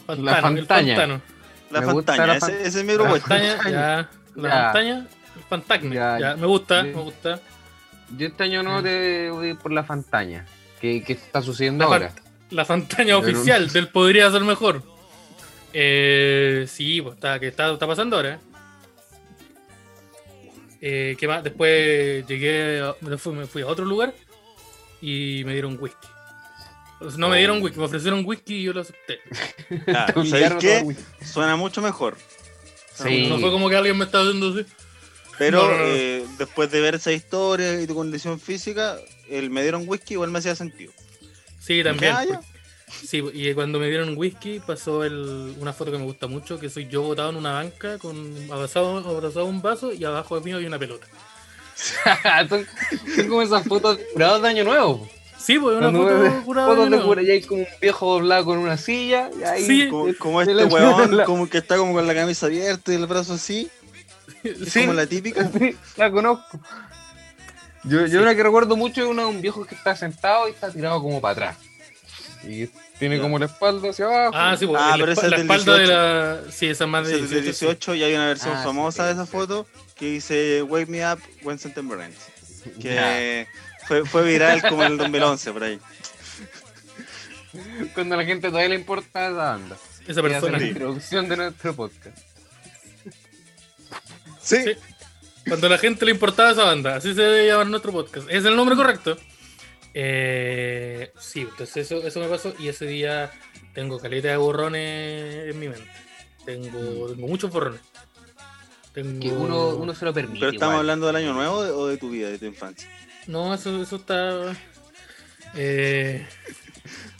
[SPEAKER 2] Pantano,
[SPEAKER 1] La
[SPEAKER 2] el
[SPEAKER 1] Fantaña.
[SPEAKER 2] pantano.
[SPEAKER 3] La
[SPEAKER 1] Me gusta
[SPEAKER 3] Fantaña,
[SPEAKER 1] la
[SPEAKER 3] ese,
[SPEAKER 1] fan-
[SPEAKER 3] ese es mi
[SPEAKER 2] La
[SPEAKER 3] propuesta.
[SPEAKER 2] montaña, ya. La
[SPEAKER 1] Ya.
[SPEAKER 2] montaña, el Fantacme.
[SPEAKER 1] Ya,
[SPEAKER 2] Ya,
[SPEAKER 1] ya.
[SPEAKER 2] me gusta,
[SPEAKER 1] Sí.
[SPEAKER 2] me gusta.
[SPEAKER 1] Yo este año nuevo
[SPEAKER 2] Mm.
[SPEAKER 1] te voy a ir por la fantaña. ¿Qué, qué está sucediendo
[SPEAKER 2] La,
[SPEAKER 1] ahora?
[SPEAKER 2] fan- la
[SPEAKER 1] Pero-
[SPEAKER 2] Fantaña oficial del podría ser mejor. Eh, sí, pues, está, que está, está pasando ahora. ¿eh? Eh, ¿Qué más? Después llegué, a- me fui, me fui a otro lugar y me dieron whisky. Pues,
[SPEAKER 1] Oh.
[SPEAKER 2] No me dieron whisky, me ofrecieron whisky y yo lo acepté.
[SPEAKER 3] Ya,
[SPEAKER 1] Te
[SPEAKER 3] ¿Sabéis
[SPEAKER 1] obligaron a
[SPEAKER 3] qué?
[SPEAKER 1] tomar whisky.
[SPEAKER 3] Suena mucho mejor.
[SPEAKER 1] Sí.
[SPEAKER 2] No fue como que alguien me estaba haciendo así.
[SPEAKER 3] Pero
[SPEAKER 2] No, no, no.
[SPEAKER 3] eh, después de ver esa historia y tu condición física, el me dieron whisky igual me hacía sentido.
[SPEAKER 2] Sí, también.
[SPEAKER 3] Ya, ya.
[SPEAKER 2] Sí, y cuando me dieron whisky pasó el- una foto que me gusta mucho, que soy yo botado en una banca, con abrazado, abrazado a un vaso y abajo mío hay una pelota.
[SPEAKER 1] son, son como esas fotos de curados de año nuevo.
[SPEAKER 2] Sí, pues una
[SPEAKER 1] Cuando ves
[SPEAKER 2] foto curada.
[SPEAKER 1] fotos
[SPEAKER 2] de
[SPEAKER 1] de
[SPEAKER 2] nuevo.
[SPEAKER 1] cura, y hay como un viejo doblado con una silla. Y ahí,
[SPEAKER 2] Sí.
[SPEAKER 3] Como, como
[SPEAKER 1] de
[SPEAKER 3] este
[SPEAKER 1] la-
[SPEAKER 3] weón,
[SPEAKER 1] la-
[SPEAKER 3] como que está como con la camisa abierta y el brazo así. Es
[SPEAKER 1] Sí.
[SPEAKER 3] como la típica.
[SPEAKER 1] Sí, la conozco. Yo, yo
[SPEAKER 2] Sí.
[SPEAKER 1] una que recuerdo mucho es una de un viejo que está sentado y está tirado como para atrás. Y tiene como la espalda hacia abajo.
[SPEAKER 2] Ah, sí, pues
[SPEAKER 3] Ah,
[SPEAKER 2] el
[SPEAKER 3] pero
[SPEAKER 2] espa-
[SPEAKER 3] esa es
[SPEAKER 2] la
[SPEAKER 3] del
[SPEAKER 2] espalda de
[SPEAKER 3] 18.
[SPEAKER 2] la... Sí, esa es más de
[SPEAKER 3] Es
[SPEAKER 2] 18.
[SPEAKER 3] de
[SPEAKER 2] sí.
[SPEAKER 3] 18 y hay una versión
[SPEAKER 1] Ah, sí,
[SPEAKER 3] famosa
[SPEAKER 1] sí,
[SPEAKER 3] de esa
[SPEAKER 1] sí.
[SPEAKER 3] foto que dice Wake Me Up When September Ends.
[SPEAKER 1] Ya.
[SPEAKER 3] Que fue, fue viral como en el 2011 por ahí.
[SPEAKER 1] Cuando a la gente todavía le importa esa banda.
[SPEAKER 2] Esa
[SPEAKER 1] Y hace
[SPEAKER 2] persona.
[SPEAKER 1] la introducción de nuestro podcast.
[SPEAKER 3] Sí.
[SPEAKER 2] Sí. Cuando a la gente le importaba esa banda, así se debe llamar nuestro podcast. Es el nombre correcto. Eh, sí, entonces eso, eso me pasó y ese día tengo caleta de borrones en mi mente. Tengo,
[SPEAKER 3] Mm.
[SPEAKER 2] tengo muchos borrones. Tengo...
[SPEAKER 1] Que uno, uno se lo permite.
[SPEAKER 3] Pero estamos
[SPEAKER 1] igual.
[SPEAKER 3] hablando del año nuevo o de tu vida, de tu infancia.
[SPEAKER 2] No, eso, eso está... Eh,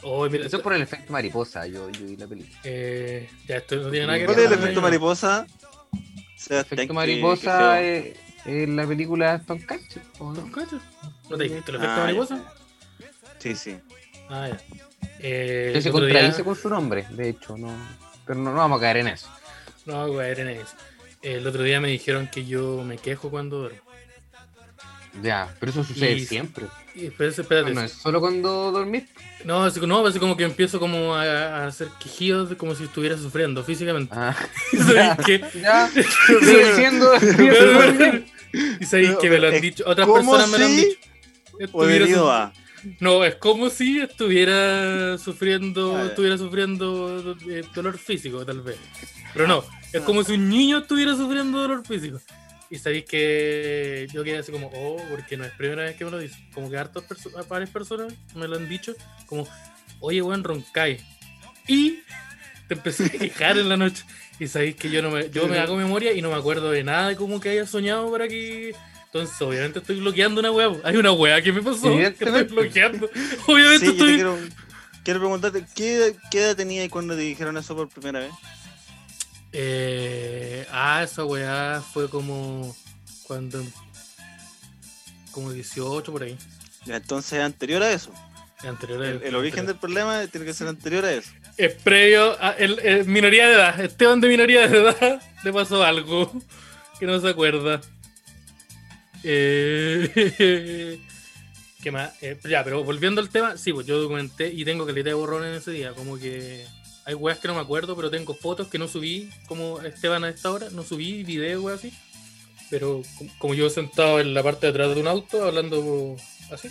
[SPEAKER 2] oh, mira,
[SPEAKER 1] Eso es por el efecto mariposa, yo, yo vi la película.
[SPEAKER 2] eh, ya, esto no tiene nada que
[SPEAKER 3] ¿Cuál es el
[SPEAKER 2] con
[SPEAKER 3] efecto
[SPEAKER 2] anime.
[SPEAKER 3] mariposa?
[SPEAKER 1] El
[SPEAKER 3] Sebastián, que-
[SPEAKER 1] efecto
[SPEAKER 3] que
[SPEAKER 1] mariposa
[SPEAKER 3] sea-
[SPEAKER 1] es es la película de Aston Catcher, ¿o no?
[SPEAKER 2] ¿No cachas? ¿No te dijiste el efecto
[SPEAKER 3] Ah, ya.
[SPEAKER 2] mariposa?
[SPEAKER 3] Sí, sí.
[SPEAKER 2] Ah, ya. Eh,
[SPEAKER 1] Que se
[SPEAKER 2] el otro día-
[SPEAKER 1] contradice con su nombre, de hecho, no. Pero no, no vamos a caer en eso.
[SPEAKER 2] No, güey, era en eso. El otro día me dijeron que yo me quejo cuando duermo.
[SPEAKER 1] Ya, pero eso sucede
[SPEAKER 2] Y-
[SPEAKER 1] siempre.
[SPEAKER 2] Y después, espérate.
[SPEAKER 1] Ah, No es solo cuando dormís.
[SPEAKER 2] No, así, no, así como que empiezo como a, a hacer quejidos como si estuviera sufriendo físicamente.
[SPEAKER 1] Ah,
[SPEAKER 2] Y sabéis que,
[SPEAKER 1] ya, sigue siendo. sigue siendo bien.
[SPEAKER 2] y sabéis que me lo han dicho. Otras
[SPEAKER 3] ¿Cómo
[SPEAKER 2] personas me lo han
[SPEAKER 3] si
[SPEAKER 2] dicho.
[SPEAKER 3] o
[SPEAKER 2] Estuviera
[SPEAKER 3] venido
[SPEAKER 2] suf-
[SPEAKER 3] a?
[SPEAKER 2] No, es como si estuviera sufriendo,
[SPEAKER 3] Ah, ya.
[SPEAKER 2] estuviera sufriendo eh, dolor físico, tal vez. Pero no, es como si un niño estuviera sufriendo dolor físico. Y sabéis que yo quedé así como, oh, porque no es primera vez que me lo dicen. Como que hartas personas, varias personas me lo han dicho, como, oye, weón, roncai. Y te empecé a quejar en la noche. Y sabéis que yo no me, yo me hago memoria y no me acuerdo de nada de cómo que haya soñado para que. Entonces, obviamente estoy bloqueando una weá. po. Hay una weá que me pasó. Que estoy
[SPEAKER 1] Evidentemente.
[SPEAKER 2] bloqueando.
[SPEAKER 3] Sí,
[SPEAKER 2] Obviamente
[SPEAKER 3] yo te
[SPEAKER 2] estoy.
[SPEAKER 3] quiero, quiero preguntarte, ¿qué, ¿qué edad tenías cuando te dijeron eso por primera vez?
[SPEAKER 2] Eh, ah, esa weá fue como. Cuando. Como 18 por ahí.
[SPEAKER 3] Ya, entonces, anterior a eso.
[SPEAKER 2] El anterior
[SPEAKER 3] El, el origen del problema tiene que ser anterior a eso.
[SPEAKER 2] Es previo a el, el minoría de edad. Esteban de minoría de edad le pasó algo que no se acuerda. Eh, ¿Qué más? Eh, ya, pero volviendo al tema, sí, pues yo documenté y tengo calidad de borrón en ese día. Como que hay weas que no me acuerdo, pero tengo fotos que no subí, como Esteban a esta hora, no subí video, weas así. Pero com- como yo sentado en la parte de atrás de un auto hablando así,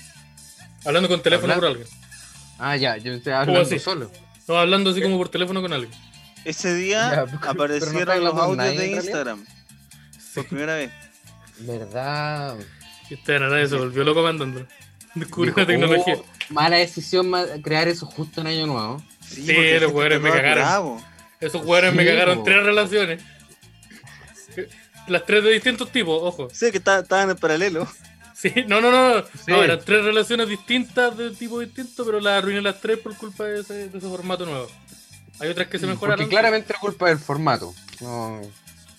[SPEAKER 2] hablando con teléfono
[SPEAKER 1] Hablando.
[SPEAKER 2] por alguien.
[SPEAKER 1] Ah, ya, yo estoy hablando
[SPEAKER 2] así.
[SPEAKER 1] solo.
[SPEAKER 2] No, hablando así como por teléfono con alguien.
[SPEAKER 3] Ese día
[SPEAKER 1] Ya, pero no
[SPEAKER 3] aparecieron los
[SPEAKER 1] hablamos
[SPEAKER 3] audios
[SPEAKER 1] nadie,
[SPEAKER 3] de
[SPEAKER 1] en realidad.
[SPEAKER 3] Instagram
[SPEAKER 2] Sí.
[SPEAKER 3] por primera vez.
[SPEAKER 1] ¿Verdad?
[SPEAKER 2] Y este nadie se volvió loco mandándolo. Descubrió
[SPEAKER 1] Dijo,
[SPEAKER 2] la tecnología.
[SPEAKER 1] "Oh, mala decisión ma- crear eso justo en Año Nuevo.
[SPEAKER 3] Sí,
[SPEAKER 2] Sí,
[SPEAKER 3] porque la
[SPEAKER 2] los
[SPEAKER 3] gente
[SPEAKER 2] weones me
[SPEAKER 3] estaba
[SPEAKER 2] cagaron.
[SPEAKER 3] bravo.
[SPEAKER 2] Esos jugadores me
[SPEAKER 1] Sí,
[SPEAKER 2] cagaron
[SPEAKER 1] po.
[SPEAKER 2] tres relaciones. Las tres de distintos tipos, ojo.
[SPEAKER 3] Sí, que está- estaban en paralelo.
[SPEAKER 2] Sí, no, no, no. no.
[SPEAKER 1] Sí.
[SPEAKER 2] No, eran tres relaciones distintas de tipo distinto, pero las arruiné las tres por culpa de ese, de ese formato nuevo. Hay otras que se mejoraron.
[SPEAKER 1] Mm, Porque claramente la culpa del formato. No,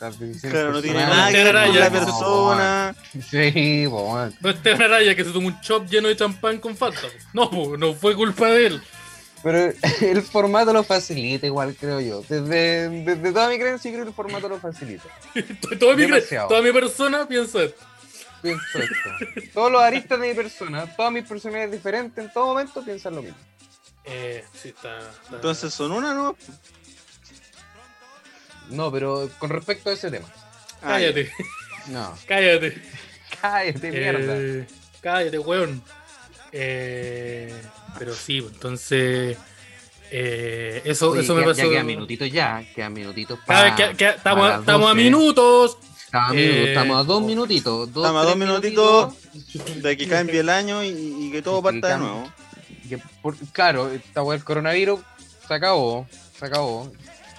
[SPEAKER 1] las decisiones
[SPEAKER 3] Claro, no tiene nada
[SPEAKER 1] personales.
[SPEAKER 3] que ver con
[SPEAKER 2] Instagram,
[SPEAKER 3] la
[SPEAKER 2] Ah, ya.
[SPEAKER 3] persona.
[SPEAKER 1] Sí, po, bueno.
[SPEAKER 2] No este Araya que se tomó un chop lleno de champán con falta. po. No, po, no fue culpa de él.
[SPEAKER 1] Pero el formato lo facilita igual, creo yo. Desde, desde toda mi creencia, yo creo que el formato lo facilita.
[SPEAKER 2] Toda mi,
[SPEAKER 1] Demasiado.
[SPEAKER 2] toda mi persona piensa esto.
[SPEAKER 1] Pienso esto. Todos los aristas de mi persona, todas mis personalidades diferentes, en todo momento piensan lo mismo.
[SPEAKER 2] Eh, sí, está. está-
[SPEAKER 3] Entonces son una, ¿no?
[SPEAKER 1] No, pero con respecto a ese tema.
[SPEAKER 3] Ah, ya.
[SPEAKER 2] cállate,
[SPEAKER 1] No.
[SPEAKER 2] cállate.
[SPEAKER 1] Cállate, mierda.
[SPEAKER 2] Eh, cállate, weón. Eh, pero sí, entonces. eh, eso,
[SPEAKER 1] Oye,
[SPEAKER 2] eso me
[SPEAKER 1] ya-
[SPEAKER 2] pasó.
[SPEAKER 1] Ya quedan minutitos ya, quedan minutitos
[SPEAKER 2] Ah,
[SPEAKER 1] para.
[SPEAKER 2] que- que- estamos,
[SPEAKER 1] las
[SPEAKER 2] estamos a
[SPEAKER 1] 12.
[SPEAKER 2] minutos.
[SPEAKER 1] Estamos a, minutos,
[SPEAKER 2] Eh,
[SPEAKER 1] estamos a dos minutitos. Dos,
[SPEAKER 3] Estamos a dos
[SPEAKER 1] tres
[SPEAKER 3] minutitos.
[SPEAKER 1] minutitos.
[SPEAKER 3] De que cambie el año y, y que
[SPEAKER 1] Y
[SPEAKER 3] todo
[SPEAKER 1] que
[SPEAKER 3] parta de
[SPEAKER 1] cambie.
[SPEAKER 3] nuevo.
[SPEAKER 1] Que por- claro, esta weá del coronavirus se acabó. Se acabó.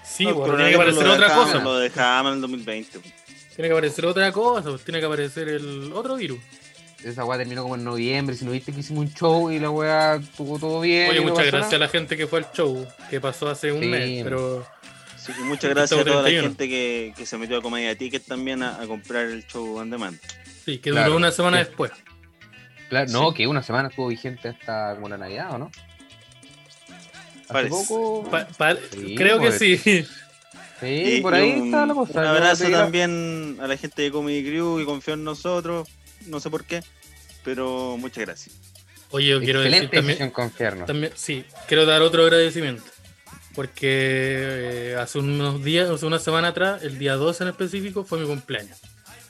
[SPEAKER 2] Sí,
[SPEAKER 3] No,
[SPEAKER 2] pues, tiene que
[SPEAKER 3] el coronavirus
[SPEAKER 2] aparecer
[SPEAKER 3] lo
[SPEAKER 2] otra
[SPEAKER 3] dejamos,
[SPEAKER 2] cosa.
[SPEAKER 3] Lo dejamos en el 2020.
[SPEAKER 2] Tiene que aparecer otra cosa. pues, Tiene que aparecer el otro virus.
[SPEAKER 1] Esa weá terminó como en noviembre. Si no viste que hicimos un show y la weá estuvo todo bien. y
[SPEAKER 2] Oye,
[SPEAKER 1] no
[SPEAKER 2] muchas
[SPEAKER 1] pasó
[SPEAKER 2] gracias a la gente que fue al show, que pasó hace un
[SPEAKER 1] Sí. pues.
[SPEAKER 2] mes. Pero
[SPEAKER 3] Así que muchas gracias a
[SPEAKER 2] Estamos
[SPEAKER 3] toda la
[SPEAKER 2] 31.
[SPEAKER 3] gente que, que se metió a Comedia Ticket también a, a comprar el show on demand.
[SPEAKER 2] sí, que
[SPEAKER 1] Claro.
[SPEAKER 2] duró una semana
[SPEAKER 1] Sí.
[SPEAKER 2] después.
[SPEAKER 1] nada. Claro, no, que una semana estuvo vigente hasta como la Navidad, ¿o no? Hace
[SPEAKER 3] Parece.
[SPEAKER 1] poco.
[SPEAKER 2] Pa- pa-
[SPEAKER 1] Sí,
[SPEAKER 2] creo que
[SPEAKER 1] pues.
[SPEAKER 2] sí.
[SPEAKER 1] sí,
[SPEAKER 3] Y-
[SPEAKER 1] por
[SPEAKER 3] y
[SPEAKER 1] ahí
[SPEAKER 3] un-
[SPEAKER 1] está la cosa.
[SPEAKER 3] Un
[SPEAKER 1] Yo
[SPEAKER 3] abrazo
[SPEAKER 1] te digo-
[SPEAKER 3] también a la gente de Comedy Crew que confió en nosotros. No sé por qué, pero muchas gracias.
[SPEAKER 2] Oye, yo quiero decir
[SPEAKER 1] Excelente
[SPEAKER 2] también.
[SPEAKER 1] decisión confiarnos.
[SPEAKER 2] También, sí, quiero dar otro agradecimiento. Porque eh, hace unos días, hace una semana atrás, el día 12 en específico, fue mi cumpleaños.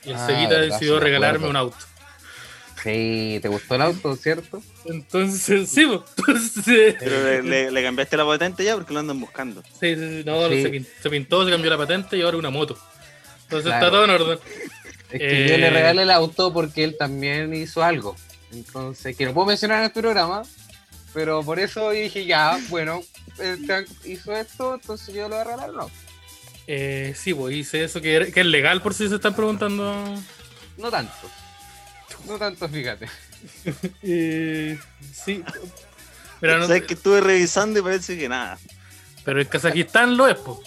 [SPEAKER 2] Y el
[SPEAKER 1] Ah,
[SPEAKER 2] Seguita
[SPEAKER 1] verdad,
[SPEAKER 2] decidió
[SPEAKER 1] sí, me
[SPEAKER 2] regalarme
[SPEAKER 1] acuerdo.
[SPEAKER 2] un auto.
[SPEAKER 1] Sí, ¿te gustó el auto, cierto?
[SPEAKER 2] Entonces, sí, pues, entonces.
[SPEAKER 3] Pero le, le- le cambiaste la patente ya porque lo andan buscando.
[SPEAKER 2] sí, sí, sí, no, pues,
[SPEAKER 1] Sí.
[SPEAKER 2] Se, pin- se pintó, se cambió la patente y ahora una moto. Entonces
[SPEAKER 1] Claro.
[SPEAKER 2] está todo en orden.
[SPEAKER 1] Es que yo
[SPEAKER 2] Eh.
[SPEAKER 1] le regalé el auto porque él también hizo algo. Entonces, que no puedo mencionar en este programa, pero por eso dije, ya, bueno, Esteban hizo esto, entonces yo le voy a regalar no.
[SPEAKER 2] Eh, sí, pues hice eso que, era- que es legal por si se están preguntando.
[SPEAKER 1] No tanto. No tanto, fíjate.
[SPEAKER 2] Eh, sí. Pero, no-
[SPEAKER 3] ¿Sabes que estuve revisando y parece que nada?
[SPEAKER 2] pero en Kazajistán lo es, po.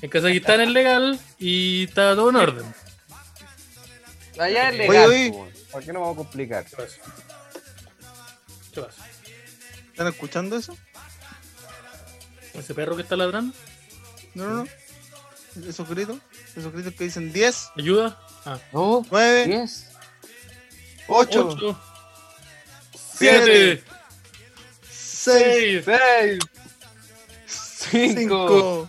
[SPEAKER 2] En Kazajistán es legal y está todo en orden.
[SPEAKER 1] Allá es legal,
[SPEAKER 3] oye.
[SPEAKER 1] po, weón. ¿Por qué no vamos a complicar?
[SPEAKER 2] ¿Qué pasa? ¿Qué pasa?
[SPEAKER 3] ¿Están escuchando eso?
[SPEAKER 2] ¿Ese perro que está ladrando?
[SPEAKER 3] No, no, no. Esos gritos, esos gritos que dicen 10,
[SPEAKER 2] ¿Ayuda? Ah.
[SPEAKER 1] No,
[SPEAKER 3] 9,
[SPEAKER 1] 10, 8,
[SPEAKER 2] 8, 7,
[SPEAKER 3] 6,
[SPEAKER 2] 6,
[SPEAKER 1] 6, 5,
[SPEAKER 3] 5,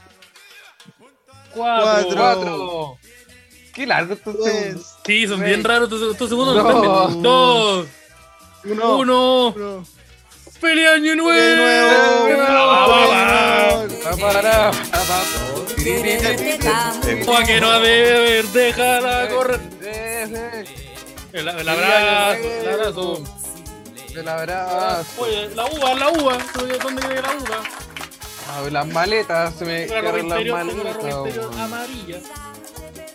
[SPEAKER 2] 4,
[SPEAKER 1] Cuatro. Qué largo estos segundos.
[SPEAKER 3] 3,
[SPEAKER 2] Sí, son
[SPEAKER 1] Güey.
[SPEAKER 2] bien raros estos, estos segundos.
[SPEAKER 1] No.
[SPEAKER 2] No. Dos,
[SPEAKER 3] 1,
[SPEAKER 2] uno,
[SPEAKER 3] 1.
[SPEAKER 2] ¡Feliz año nuevo!
[SPEAKER 3] De nuevo.
[SPEAKER 2] ¡Ah, va,
[SPEAKER 1] Pa, pa, ra, pa, pa,
[SPEAKER 2] va! Pa' que no ha de beber, déjala correr.
[SPEAKER 1] Eh, eh,
[SPEAKER 2] El, el abrazo, el abrazo.
[SPEAKER 1] De la brava.
[SPEAKER 2] Oye, la uva, la uva. ¿Dónde queda la uva?
[SPEAKER 1] Ah, las maletas, se me
[SPEAKER 2] Una ropa
[SPEAKER 1] quedaron las
[SPEAKER 2] interior, una
[SPEAKER 1] maletas.
[SPEAKER 2] ropa interior
[SPEAKER 1] weón.
[SPEAKER 2] amarilla.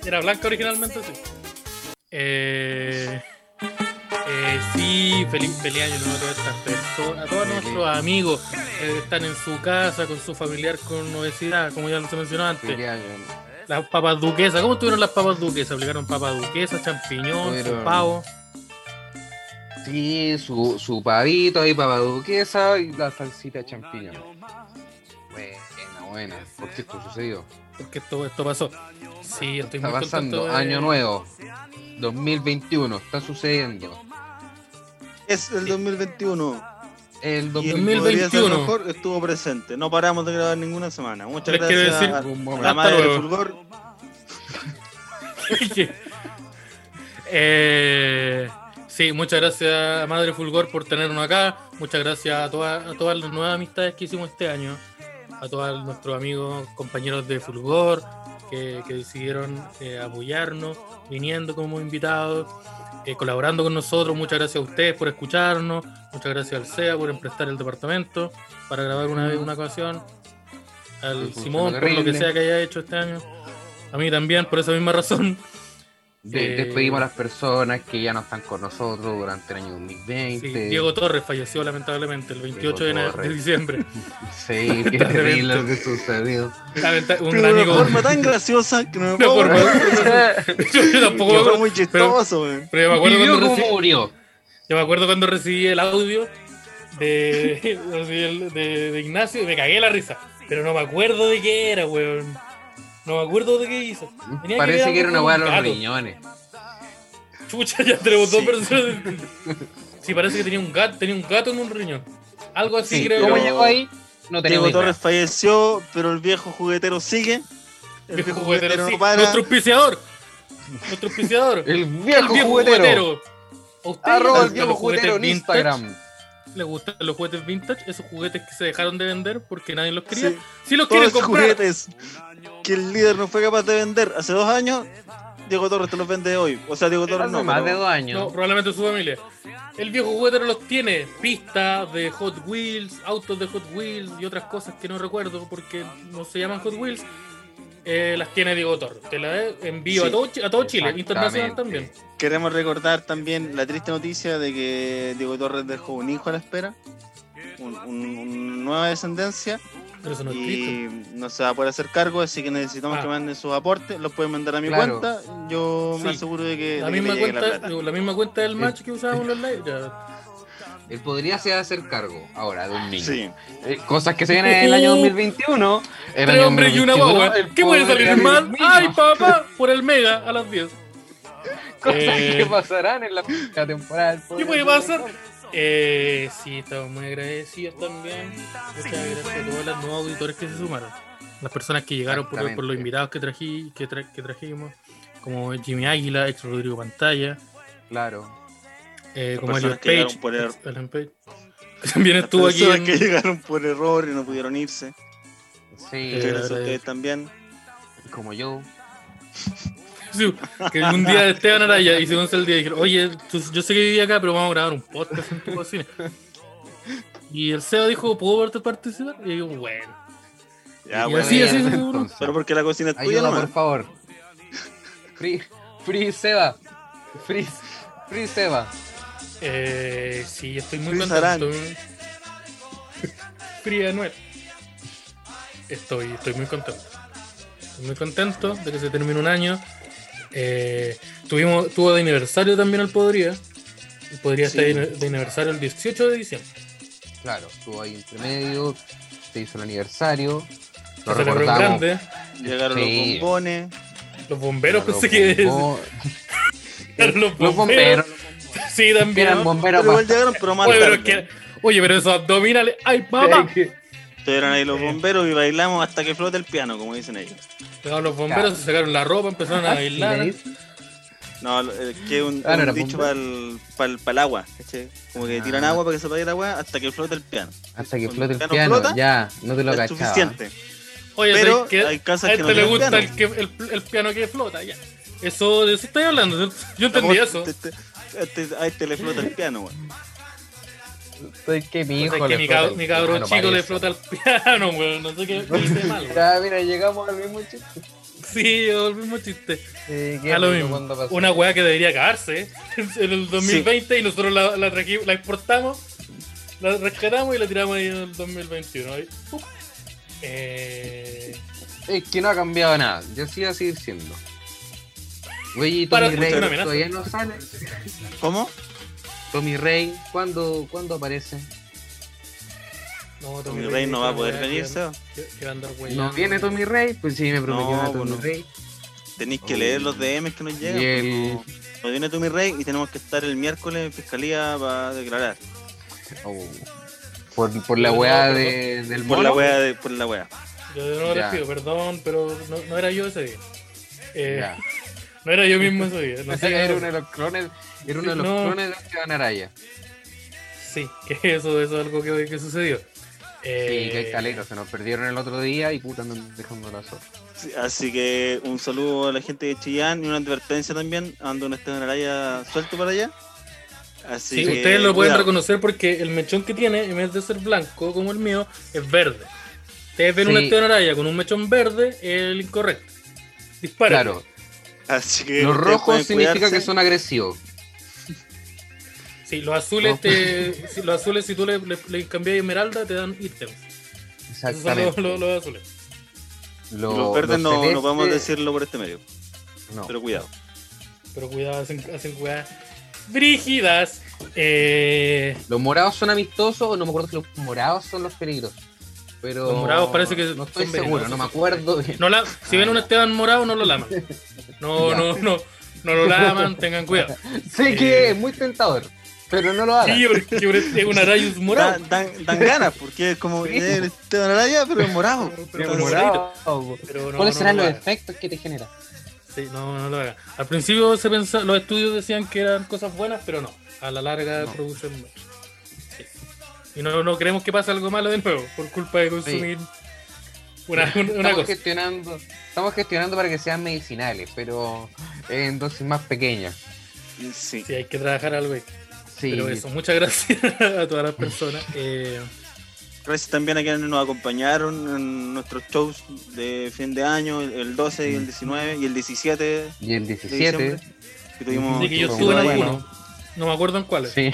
[SPEAKER 2] Era blanca originalmente, sí. Eh, eh, sí, feliz, feliz año nuevo a todas estas personas, a todos nuestros amigos eh, están en su casa con su familiar con obesidad, como ya lo mencionó antes.
[SPEAKER 1] Qué año.
[SPEAKER 2] Las papas duquesas, ¿cómo estuvieron las papas duquesas? Aplicaron papas duquesas, champiñón,
[SPEAKER 1] Tuvieron-
[SPEAKER 2] pavo.
[SPEAKER 1] Sí, su, su pavito ahí, papa duquesa y la salsita de champiñón. Buena, buena. ¿Por qué esto sucedió?
[SPEAKER 2] Porque esto, esto pasó. Sí, estoy
[SPEAKER 1] Está
[SPEAKER 2] muy
[SPEAKER 1] pasando.
[SPEAKER 2] contento de-
[SPEAKER 1] Año nuevo. 2021. Está sucediendo.
[SPEAKER 3] Es el 2021.
[SPEAKER 1] El
[SPEAKER 3] Y el
[SPEAKER 1] 2021.
[SPEAKER 2] 2021.
[SPEAKER 3] podría ser mejor estuvo presente. No paramos de grabar ninguna semana. Muchas
[SPEAKER 2] Les quiero
[SPEAKER 3] gracias
[SPEAKER 2] decir-
[SPEAKER 3] a-
[SPEAKER 1] Algún
[SPEAKER 3] a
[SPEAKER 1] momento.
[SPEAKER 3] la
[SPEAKER 2] Hasta
[SPEAKER 3] madre
[SPEAKER 2] luego.
[SPEAKER 3] del fulgor.
[SPEAKER 2] Eh, sí, muchas gracias a Madre Fulgor por tenernos acá. Muchas gracias a todas, a todas las nuevas amistades que hicimos este año. A todos nuestros amigos, compañeros de Fulgor, que, que decidieron eh, apoyarnos, viniendo como invitados, eh, colaborando con nosotros. Muchas gracias a ustedes por escucharnos. Muchas gracias al SEA por emprestar el departamento para grabar una vez una ocasión. Al
[SPEAKER 1] Sí,
[SPEAKER 2] Simón, por lo que
[SPEAKER 1] terrible.
[SPEAKER 2] sea que haya hecho este año. A mí también, por esa misma razón.
[SPEAKER 1] De-
[SPEAKER 2] Eh,
[SPEAKER 1] despedimos a las personas que ya no están con nosotros durante el año 2020.
[SPEAKER 2] Sí, Diego Torres falleció lamentablemente el 28 de,
[SPEAKER 1] Este, Diego
[SPEAKER 2] de
[SPEAKER 1] Torres.
[SPEAKER 2] diciembre.
[SPEAKER 1] Sí, qué terrible lo que sucedió.
[SPEAKER 2] Lamenta- un
[SPEAKER 3] Pero de una
[SPEAKER 2] amigo.
[SPEAKER 3] forma tan graciosa que no me
[SPEAKER 2] Una
[SPEAKER 3] puedo
[SPEAKER 2] forma-
[SPEAKER 3] creer.
[SPEAKER 2] yo, yo
[SPEAKER 3] Que
[SPEAKER 2] tampoco me
[SPEAKER 3] fue
[SPEAKER 2] acuerdo,
[SPEAKER 3] muy chistoso, weón.
[SPEAKER 2] pero yo me acuerdo
[SPEAKER 1] Vivió
[SPEAKER 2] cuando
[SPEAKER 1] como
[SPEAKER 2] recibí,
[SPEAKER 1] murió.
[SPEAKER 2] yo me acuerdo cuando recibí el audio de, de, de- de Ignacio y me cagué la risa. Pero no me acuerdo de qué era, weón. No me acuerdo de qué hizo. Tenía
[SPEAKER 1] Parece
[SPEAKER 2] ver
[SPEAKER 1] que era una
[SPEAKER 2] algo
[SPEAKER 1] weá
[SPEAKER 2] con
[SPEAKER 1] de los
[SPEAKER 2] gato.
[SPEAKER 1] riñones.
[SPEAKER 2] Chucha, ya tenemos dos
[SPEAKER 3] Sí.
[SPEAKER 2] personas. Sí, parece que tenía un gato, tenía un gato en un riñón. Algo así
[SPEAKER 1] Sí,
[SPEAKER 2] creo.
[SPEAKER 1] ¿Cómo
[SPEAKER 3] pero-
[SPEAKER 1] llegó ahí? No tenemos
[SPEAKER 3] Diego
[SPEAKER 1] idea.
[SPEAKER 3] Torres falleció, pero el viejo juguetero sigue. El viejo, juguetero,
[SPEAKER 2] Este sí.
[SPEAKER 3] no para.
[SPEAKER 2] Nuestro auspiciador. Nuestro auspiciador.
[SPEAKER 1] El viejo,
[SPEAKER 2] El viejo
[SPEAKER 1] juguetero.
[SPEAKER 2] ¿A usted le
[SPEAKER 1] Arroba el
[SPEAKER 2] gustan
[SPEAKER 1] viejo
[SPEAKER 2] los juguetes
[SPEAKER 1] juguetero en
[SPEAKER 2] vintage?
[SPEAKER 1] Instagram.
[SPEAKER 2] ¿Le gustan los juguetes vintage? Esos juguetes que se dejaron de vender porque nadie los quería.
[SPEAKER 3] Sí,
[SPEAKER 2] Si los
[SPEAKER 3] todos
[SPEAKER 2] quieren
[SPEAKER 3] esos
[SPEAKER 2] comprar,
[SPEAKER 3] juguetes que el líder no fue capaz de vender hace dos años, Diego Torres te los vende hoy. O sea, Diego Torres
[SPEAKER 1] Hace
[SPEAKER 3] no.
[SPEAKER 1] más
[SPEAKER 3] pero-
[SPEAKER 1] de dos
[SPEAKER 2] no,
[SPEAKER 1] años.
[SPEAKER 2] probablemente su familia. El viejo juguetero los tiene. Pistas de Hot Wheels, autos de Hot Wheels y otras cosas que no recuerdo porque no se llaman Hot Wheels. Eh, las tiene Diego Torres. Te las envío
[SPEAKER 3] Sí,
[SPEAKER 2] a, todo, Chi- a todo Chile, internacional
[SPEAKER 1] exactamente.
[SPEAKER 2] también.
[SPEAKER 3] Queremos recordar también la triste noticia de que Diego Torres dejó un hijo a la espera, un- un- una nueva descendencia,
[SPEAKER 2] Pero eso no es triste.
[SPEAKER 3] y no se va a poder hacer cargo, así que necesitamos
[SPEAKER 2] Ah.
[SPEAKER 3] que manden sus aportes, los pueden mandar a mi
[SPEAKER 1] Claro.
[SPEAKER 3] cuenta, yo me
[SPEAKER 2] Sí.
[SPEAKER 3] aseguro de que,
[SPEAKER 2] La
[SPEAKER 3] de que
[SPEAKER 2] misma,
[SPEAKER 3] le llegue la
[SPEAKER 2] cuenta,
[SPEAKER 3] plata.
[SPEAKER 2] la misma cuenta del match que usábamos en los live. Ya.
[SPEAKER 1] Él podría ser hacer cargo ahora de un niño.
[SPEAKER 3] Sí.
[SPEAKER 1] Eh, cosas que se vienen en el año 2021. El
[SPEAKER 2] Tres
[SPEAKER 1] año
[SPEAKER 2] hombres y
[SPEAKER 1] 2021,
[SPEAKER 2] una
[SPEAKER 3] Ah,
[SPEAKER 2] guagua.
[SPEAKER 1] él
[SPEAKER 2] ¿Qué puede salir
[SPEAKER 1] podría
[SPEAKER 2] mal?
[SPEAKER 1] ser el
[SPEAKER 2] ¡Ay,
[SPEAKER 1] mismo.
[SPEAKER 2] papá! Por el mega a las 10.
[SPEAKER 1] Cosas
[SPEAKER 2] Eh.
[SPEAKER 1] que pasarán en la próxima temporada. él
[SPEAKER 2] ¿Qué
[SPEAKER 1] podría
[SPEAKER 2] puede
[SPEAKER 1] ser el
[SPEAKER 2] pasar? Eh, sí, estamos muy agradecidos también. Muchas gracias a todos los nuevos auditores que se sumaron. Las personas que llegaron por, por los
[SPEAKER 1] Exactamente.
[SPEAKER 2] invitados que, trají, que, tra- que trajimos, como Jimmy Águila, ex Rodrigo Pantalla,
[SPEAKER 1] mejor. Claro.
[SPEAKER 2] eh,
[SPEAKER 3] Las
[SPEAKER 2] como
[SPEAKER 3] personas
[SPEAKER 2] Elliot
[SPEAKER 3] que llegaron
[SPEAKER 2] Page,
[SPEAKER 3] por
[SPEAKER 2] ex Alan Page, que también
[SPEAKER 3] Las
[SPEAKER 2] estuvo aquí
[SPEAKER 3] personas
[SPEAKER 2] en,
[SPEAKER 3] que llegaron por error y no pudieron irse.
[SPEAKER 1] Sí,
[SPEAKER 2] Eh,
[SPEAKER 3] Muchas gracias a ustedes también.
[SPEAKER 1] como yo.
[SPEAKER 2] Sí, que un día Esteban Araya y según el día dijeron, oye, tú- yo sé que vivía acá, pero vamos a grabar un podcast en tu cocina. Y el CEO dijo, ¿puedo verte participar? Y yo, bueno.
[SPEAKER 3] Ya,
[SPEAKER 2] Y
[SPEAKER 3] bueno,
[SPEAKER 2] así,
[SPEAKER 3] ya.
[SPEAKER 2] así. seguro.
[SPEAKER 1] Entonces,
[SPEAKER 3] Pero porque la cocina es tuya
[SPEAKER 1] Ayuda,
[SPEAKER 3] nomás.
[SPEAKER 1] por favor. Free, free Seba. Free, free Seba.
[SPEAKER 2] Eh, sí, estoy muy
[SPEAKER 3] Luis
[SPEAKER 2] contento. Fría de nuez. Estoy, estoy muy contento. Estoy muy contento de que se termine un año. Eh, tuvimos, tuvo de aniversario también el Podría. El Podría
[SPEAKER 3] Sí.
[SPEAKER 2] está de- de aniversario el 18 de diciembre.
[SPEAKER 1] Claro, estuvo ahí entre medio, se hizo el aniversario. Lo
[SPEAKER 2] Se celebró en
[SPEAKER 1] recordamos.
[SPEAKER 2] grande.
[SPEAKER 3] Llegaron
[SPEAKER 1] Sí.
[SPEAKER 3] los bombones.
[SPEAKER 2] Los bomberos,
[SPEAKER 1] Los
[SPEAKER 2] pensé que
[SPEAKER 1] bombo-
[SPEAKER 2] eran los
[SPEAKER 1] Eh, Los
[SPEAKER 2] bomberos.
[SPEAKER 1] bomberos.
[SPEAKER 2] Sí, también.
[SPEAKER 1] Eran
[SPEAKER 3] Pero
[SPEAKER 1] bomberos
[SPEAKER 3] igual
[SPEAKER 1] más.
[SPEAKER 3] llegaron, pero más
[SPEAKER 2] Oye, pero,
[SPEAKER 3] tarde.
[SPEAKER 2] es que- oye, pero esos abdominales. ¡Ay, papá!
[SPEAKER 3] Estuvieron ahí los
[SPEAKER 2] Sí.
[SPEAKER 3] bomberos y bailamos hasta que flote el piano, como dicen ellos.
[SPEAKER 2] Llegaron los bomberos,
[SPEAKER 1] Claro.
[SPEAKER 2] se sacaron la ropa, empezaron a
[SPEAKER 1] Ah,
[SPEAKER 2] bailar.
[SPEAKER 1] sí,
[SPEAKER 3] No, es que un,
[SPEAKER 1] Ah, no
[SPEAKER 3] un
[SPEAKER 1] era
[SPEAKER 3] dicho
[SPEAKER 1] bombero.
[SPEAKER 3] para el, agua, ¿cachai? Como que tiran
[SPEAKER 1] Ah.
[SPEAKER 3] agua para que se apague el agua hasta que flote el piano.
[SPEAKER 1] Hasta que
[SPEAKER 3] Cuando
[SPEAKER 1] flote el
[SPEAKER 3] piano
[SPEAKER 1] piano,
[SPEAKER 3] flota,
[SPEAKER 1] ya, no te lo
[SPEAKER 3] es
[SPEAKER 1] cachaba.
[SPEAKER 3] suficiente.
[SPEAKER 2] Oye,
[SPEAKER 3] Pero
[SPEAKER 2] ¿sabes qué?
[SPEAKER 3] hay casas
[SPEAKER 2] a
[SPEAKER 3] que
[SPEAKER 2] este
[SPEAKER 3] no
[SPEAKER 2] le
[SPEAKER 3] tienen
[SPEAKER 2] gusta
[SPEAKER 3] piano.
[SPEAKER 2] el, que, el, el piano que flota, ya. Eso, de eso estoy hablando. Yo entendí
[SPEAKER 3] Como-
[SPEAKER 2] eso.
[SPEAKER 3] te- te- a este- a este le flota el piano, weón.
[SPEAKER 1] Es que mi hijo
[SPEAKER 2] O sea, que
[SPEAKER 1] le
[SPEAKER 2] mi,
[SPEAKER 1] flota
[SPEAKER 2] cab-
[SPEAKER 1] el
[SPEAKER 2] mi cabrón
[SPEAKER 1] piano,
[SPEAKER 2] chico le
[SPEAKER 1] parece.
[SPEAKER 2] flota el piano, weón. No sé qué qué hice mal. weón.
[SPEAKER 1] Ya, mira, llegamos al mismo chiste.
[SPEAKER 2] Sí, o el mismo chiste.
[SPEAKER 1] Sí, qué
[SPEAKER 2] A Ah, lo
[SPEAKER 1] rico
[SPEAKER 2] mismo.
[SPEAKER 1] cuando pasó.
[SPEAKER 2] Una weá que debería acabarse ¿eh? en el 2020 y nosotros la, la, trajimos- la exportamos, la rescatamos y la tiramos ahí en el 2021. Ahí, ¡pup! Eh,
[SPEAKER 1] Es que no ha cambiado nada, yo sí a seguir siendo. Oye, ¿y
[SPEAKER 2] Para
[SPEAKER 1] Tommy
[SPEAKER 2] escuchar
[SPEAKER 1] Rey
[SPEAKER 2] una amenaza.
[SPEAKER 1] todavía no sale.
[SPEAKER 3] ¿Cómo?
[SPEAKER 1] Tommy Rey, ¿cuándo, ¿cuándo aparece?
[SPEAKER 2] no,
[SPEAKER 3] Mi rey no va a poder venirse.
[SPEAKER 2] Que- que va a andar
[SPEAKER 1] ¿No
[SPEAKER 2] weyando.
[SPEAKER 1] viene Tommy Rey? Pues sí, me prometió
[SPEAKER 3] No,
[SPEAKER 1] a Tommy
[SPEAKER 3] bueno.
[SPEAKER 1] Rey.
[SPEAKER 3] Tenéis que leer los DMs que nos
[SPEAKER 1] Y
[SPEAKER 3] llegan.
[SPEAKER 1] el...
[SPEAKER 3] Nos viene tú, mi rey, y tenemos que estar el miércoles en fiscalía para declarar.
[SPEAKER 1] oh, Por, por la
[SPEAKER 2] Pero no,
[SPEAKER 1] weá
[SPEAKER 2] pero
[SPEAKER 1] de, del
[SPEAKER 3] Por la
[SPEAKER 1] mono.
[SPEAKER 3] wea, de- por la wea.
[SPEAKER 2] Yo de nuevo
[SPEAKER 1] Ya.
[SPEAKER 2] les pido perdón, pero no, no era yo ese día. Eh,
[SPEAKER 1] Ya.
[SPEAKER 2] No era yo mismo ese día. No sé,
[SPEAKER 1] era uno de los clones, era uno de los
[SPEAKER 2] No.
[SPEAKER 1] clones de Esteban Araya.
[SPEAKER 2] Sí, que eso, eso es algo que, que sucedió.
[SPEAKER 1] Sí,
[SPEAKER 2] Eh,
[SPEAKER 1] que hay calero, se nos perdieron el otro día y puta andan dejando la zorra.
[SPEAKER 3] Sí, Así que un saludo a la gente de Chillán y una advertencia también. Ando un Esteban Araya suelto para allá. Así
[SPEAKER 2] Sí,
[SPEAKER 3] que.
[SPEAKER 2] ustedes lo pueden
[SPEAKER 3] cuidado.
[SPEAKER 2] reconocer porque el mechón que tiene, en vez de ser blanco como el mío, es verde. Ustedes ven
[SPEAKER 1] Sí.
[SPEAKER 2] una Esteban Araya con un mechón verde, es el incorrecto. Dispara.
[SPEAKER 1] Claro,
[SPEAKER 3] Así que.
[SPEAKER 1] los
[SPEAKER 3] ustedes
[SPEAKER 1] rojos
[SPEAKER 3] eh, pueden
[SPEAKER 1] significa
[SPEAKER 3] cuidarse.
[SPEAKER 1] que son agresivos.
[SPEAKER 2] Sí, los azules, te- si, los azules si tú le, le, le cambias esmeralda, te dan ítems. Esos son los,
[SPEAKER 1] Exactamente.
[SPEAKER 2] los- los azules.
[SPEAKER 1] Lo-
[SPEAKER 3] Los verdes
[SPEAKER 1] los
[SPEAKER 3] no, no
[SPEAKER 1] celestes,
[SPEAKER 3] podemos decirlo por este medio,
[SPEAKER 1] no.
[SPEAKER 3] pero cuidado.
[SPEAKER 2] Pero cuidado, hacen, hacen weas brígidas. Eh,
[SPEAKER 1] Los morados son amistosos, o no me acuerdo si los morados son los peligrosos. Pero
[SPEAKER 2] Los morados parece que
[SPEAKER 1] No estoy
[SPEAKER 2] son
[SPEAKER 1] seguro, no me
[SPEAKER 2] venenosos.
[SPEAKER 1] acuerdo bien.
[SPEAKER 2] no la, si
[SPEAKER 1] Ah,
[SPEAKER 2] ven un
[SPEAKER 1] ya.
[SPEAKER 2] Esteban morado, no lo laman. No,
[SPEAKER 1] Ya.
[SPEAKER 2] no, no. No lo laman, tengan cuidado.
[SPEAKER 1] sé que es muy tentador, pero no lo hagan.
[SPEAKER 2] Eh. Sí, porque es un Arayus morado.
[SPEAKER 3] Dan, dan- dan ganas, porque es como
[SPEAKER 1] Sí.
[SPEAKER 3] eh, el Esteban Araya, pero es morado.
[SPEAKER 2] Pero- pero
[SPEAKER 1] Pero
[SPEAKER 3] Entonces,
[SPEAKER 2] morado.
[SPEAKER 1] morado.
[SPEAKER 2] Pero no,
[SPEAKER 1] ¿Cuáles
[SPEAKER 2] no
[SPEAKER 1] serán
[SPEAKER 2] lo
[SPEAKER 1] los
[SPEAKER 2] hagan.
[SPEAKER 1] efectos que te genera?
[SPEAKER 2] Sí, no, no lo hagan. Al principio se pensaba, los estudios decían que eran cosas buenas, pero no. A la larga
[SPEAKER 1] No.
[SPEAKER 2] producen mucho. Sí. Y no, no queremos que pase algo malo de nuevo por culpa de consumir una, un- una
[SPEAKER 1] estamos,
[SPEAKER 2] cosa.
[SPEAKER 1] gestionando, estamos gestionando para que sean medicinales, pero en dosis más pequeñas.
[SPEAKER 3] Sí.
[SPEAKER 2] Sí, hay que trabajar algo ahí.
[SPEAKER 1] Sí,
[SPEAKER 2] Pero eso, muchas gracias a todas las personas. Eh,
[SPEAKER 3] Gracias también a quienes nos acompañaron en nuestros shows de fin de año, el- el 12
[SPEAKER 2] Mm.
[SPEAKER 3] y el 19 y el 17
[SPEAKER 1] y el
[SPEAKER 3] de
[SPEAKER 1] 17.
[SPEAKER 3] diciembre. Que tuvimos
[SPEAKER 2] de que yo
[SPEAKER 1] sí,
[SPEAKER 2] estuve en
[SPEAKER 1] bueno.
[SPEAKER 2] alguno. No me acuerdo en cuáles.
[SPEAKER 1] Sí,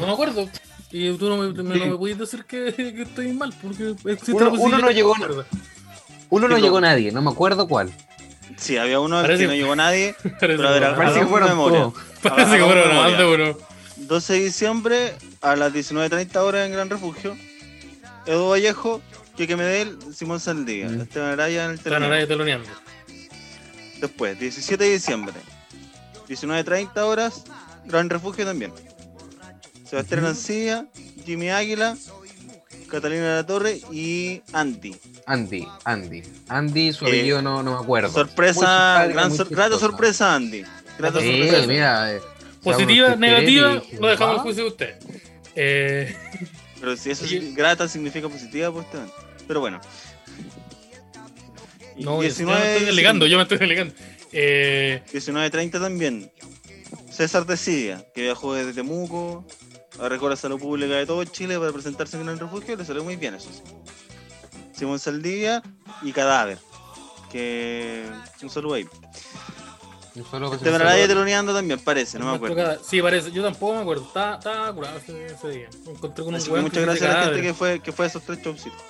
[SPEAKER 2] No me acuerdo. Y tú no me, me-
[SPEAKER 1] Sí.
[SPEAKER 2] no me puedes decir que, que estoy mal, porque existe
[SPEAKER 1] Uno-
[SPEAKER 2] la
[SPEAKER 1] uno
[SPEAKER 2] posibilidad
[SPEAKER 1] no
[SPEAKER 2] de que
[SPEAKER 1] llegó,
[SPEAKER 2] me acuerde.
[SPEAKER 1] uno no
[SPEAKER 3] Sí,
[SPEAKER 1] llegó
[SPEAKER 3] no.
[SPEAKER 1] nadie, no me acuerdo cuál.
[SPEAKER 3] Sí, había uno al
[SPEAKER 2] Parece-
[SPEAKER 3] que no llegó nadie,
[SPEAKER 2] Parece
[SPEAKER 3] pero a ver,
[SPEAKER 2] que-
[SPEAKER 1] Parece que
[SPEAKER 3] hagamos
[SPEAKER 1] fueron
[SPEAKER 3] memoria.
[SPEAKER 1] todos.
[SPEAKER 2] Parece que
[SPEAKER 3] hagamos
[SPEAKER 2] fueron
[SPEAKER 3] memoria.
[SPEAKER 2] más de uno.
[SPEAKER 3] 12 de diciembre a las 19.30 horas en Gran Refugio. Edu Vallejo, Kike Medel, Simón Saldía,
[SPEAKER 1] Mm.
[SPEAKER 3] Esteban Araya en el
[SPEAKER 2] Están
[SPEAKER 3] terreno.
[SPEAKER 2] ahora teloneando.
[SPEAKER 3] Después, 17 de diciembre, 19.30 horas, Gran Refugio también. Sebastián Ancilla, Jimmy Águila, Catalina de la Torre y Andy.
[SPEAKER 1] Andy, Andy. Andy, su
[SPEAKER 3] Eh,
[SPEAKER 1] apellido no, no me acuerdo. Muy
[SPEAKER 3] Sorpresa,
[SPEAKER 1] simpática,
[SPEAKER 3] gran
[SPEAKER 1] muy
[SPEAKER 3] sor- grata
[SPEAKER 1] chistosa.
[SPEAKER 3] sorpresa, Andy. Grata
[SPEAKER 1] Sí,
[SPEAKER 3] sorpresa.
[SPEAKER 1] mira. eh,
[SPEAKER 2] Positiva,
[SPEAKER 1] Sauron Piquet
[SPEAKER 2] negativa,
[SPEAKER 1] y dije,
[SPEAKER 2] lo dejamos al
[SPEAKER 1] "Ah".
[SPEAKER 2] juicio de usted. Eh,
[SPEAKER 3] Pero si eso sí, grata significa positiva, pues está bien. Pero bueno.
[SPEAKER 2] no, yo no
[SPEAKER 3] 19
[SPEAKER 2] me estoy
[SPEAKER 3] de
[SPEAKER 2] delegando, yo me estoy delegando. Eh,
[SPEAKER 3] 19.30 también. César Decidia, que viajó desde Temuco a recorrer la salud pública de todo Chile para presentarse en Gran Refugio, le salió muy bien eso sí. Simón Saldivia y Cadáver, que un saludo ahí.
[SPEAKER 1] Nosotros
[SPEAKER 3] Te
[SPEAKER 1] pasamos
[SPEAKER 3] Braraya
[SPEAKER 1] solo-
[SPEAKER 3] Este teloneando también, parece, no me acuerdo.
[SPEAKER 2] Cada- Sí, parece. Yo tampoco me acuerdo. Estaba, estaba curado ese, ese día. Me encontré con un
[SPEAKER 3] Así que
[SPEAKER 2] weón
[SPEAKER 3] muchas
[SPEAKER 2] que vende
[SPEAKER 3] gracias a la gente
[SPEAKER 2] cadáveres.
[SPEAKER 3] que fue, que fue a esos tres showcitos.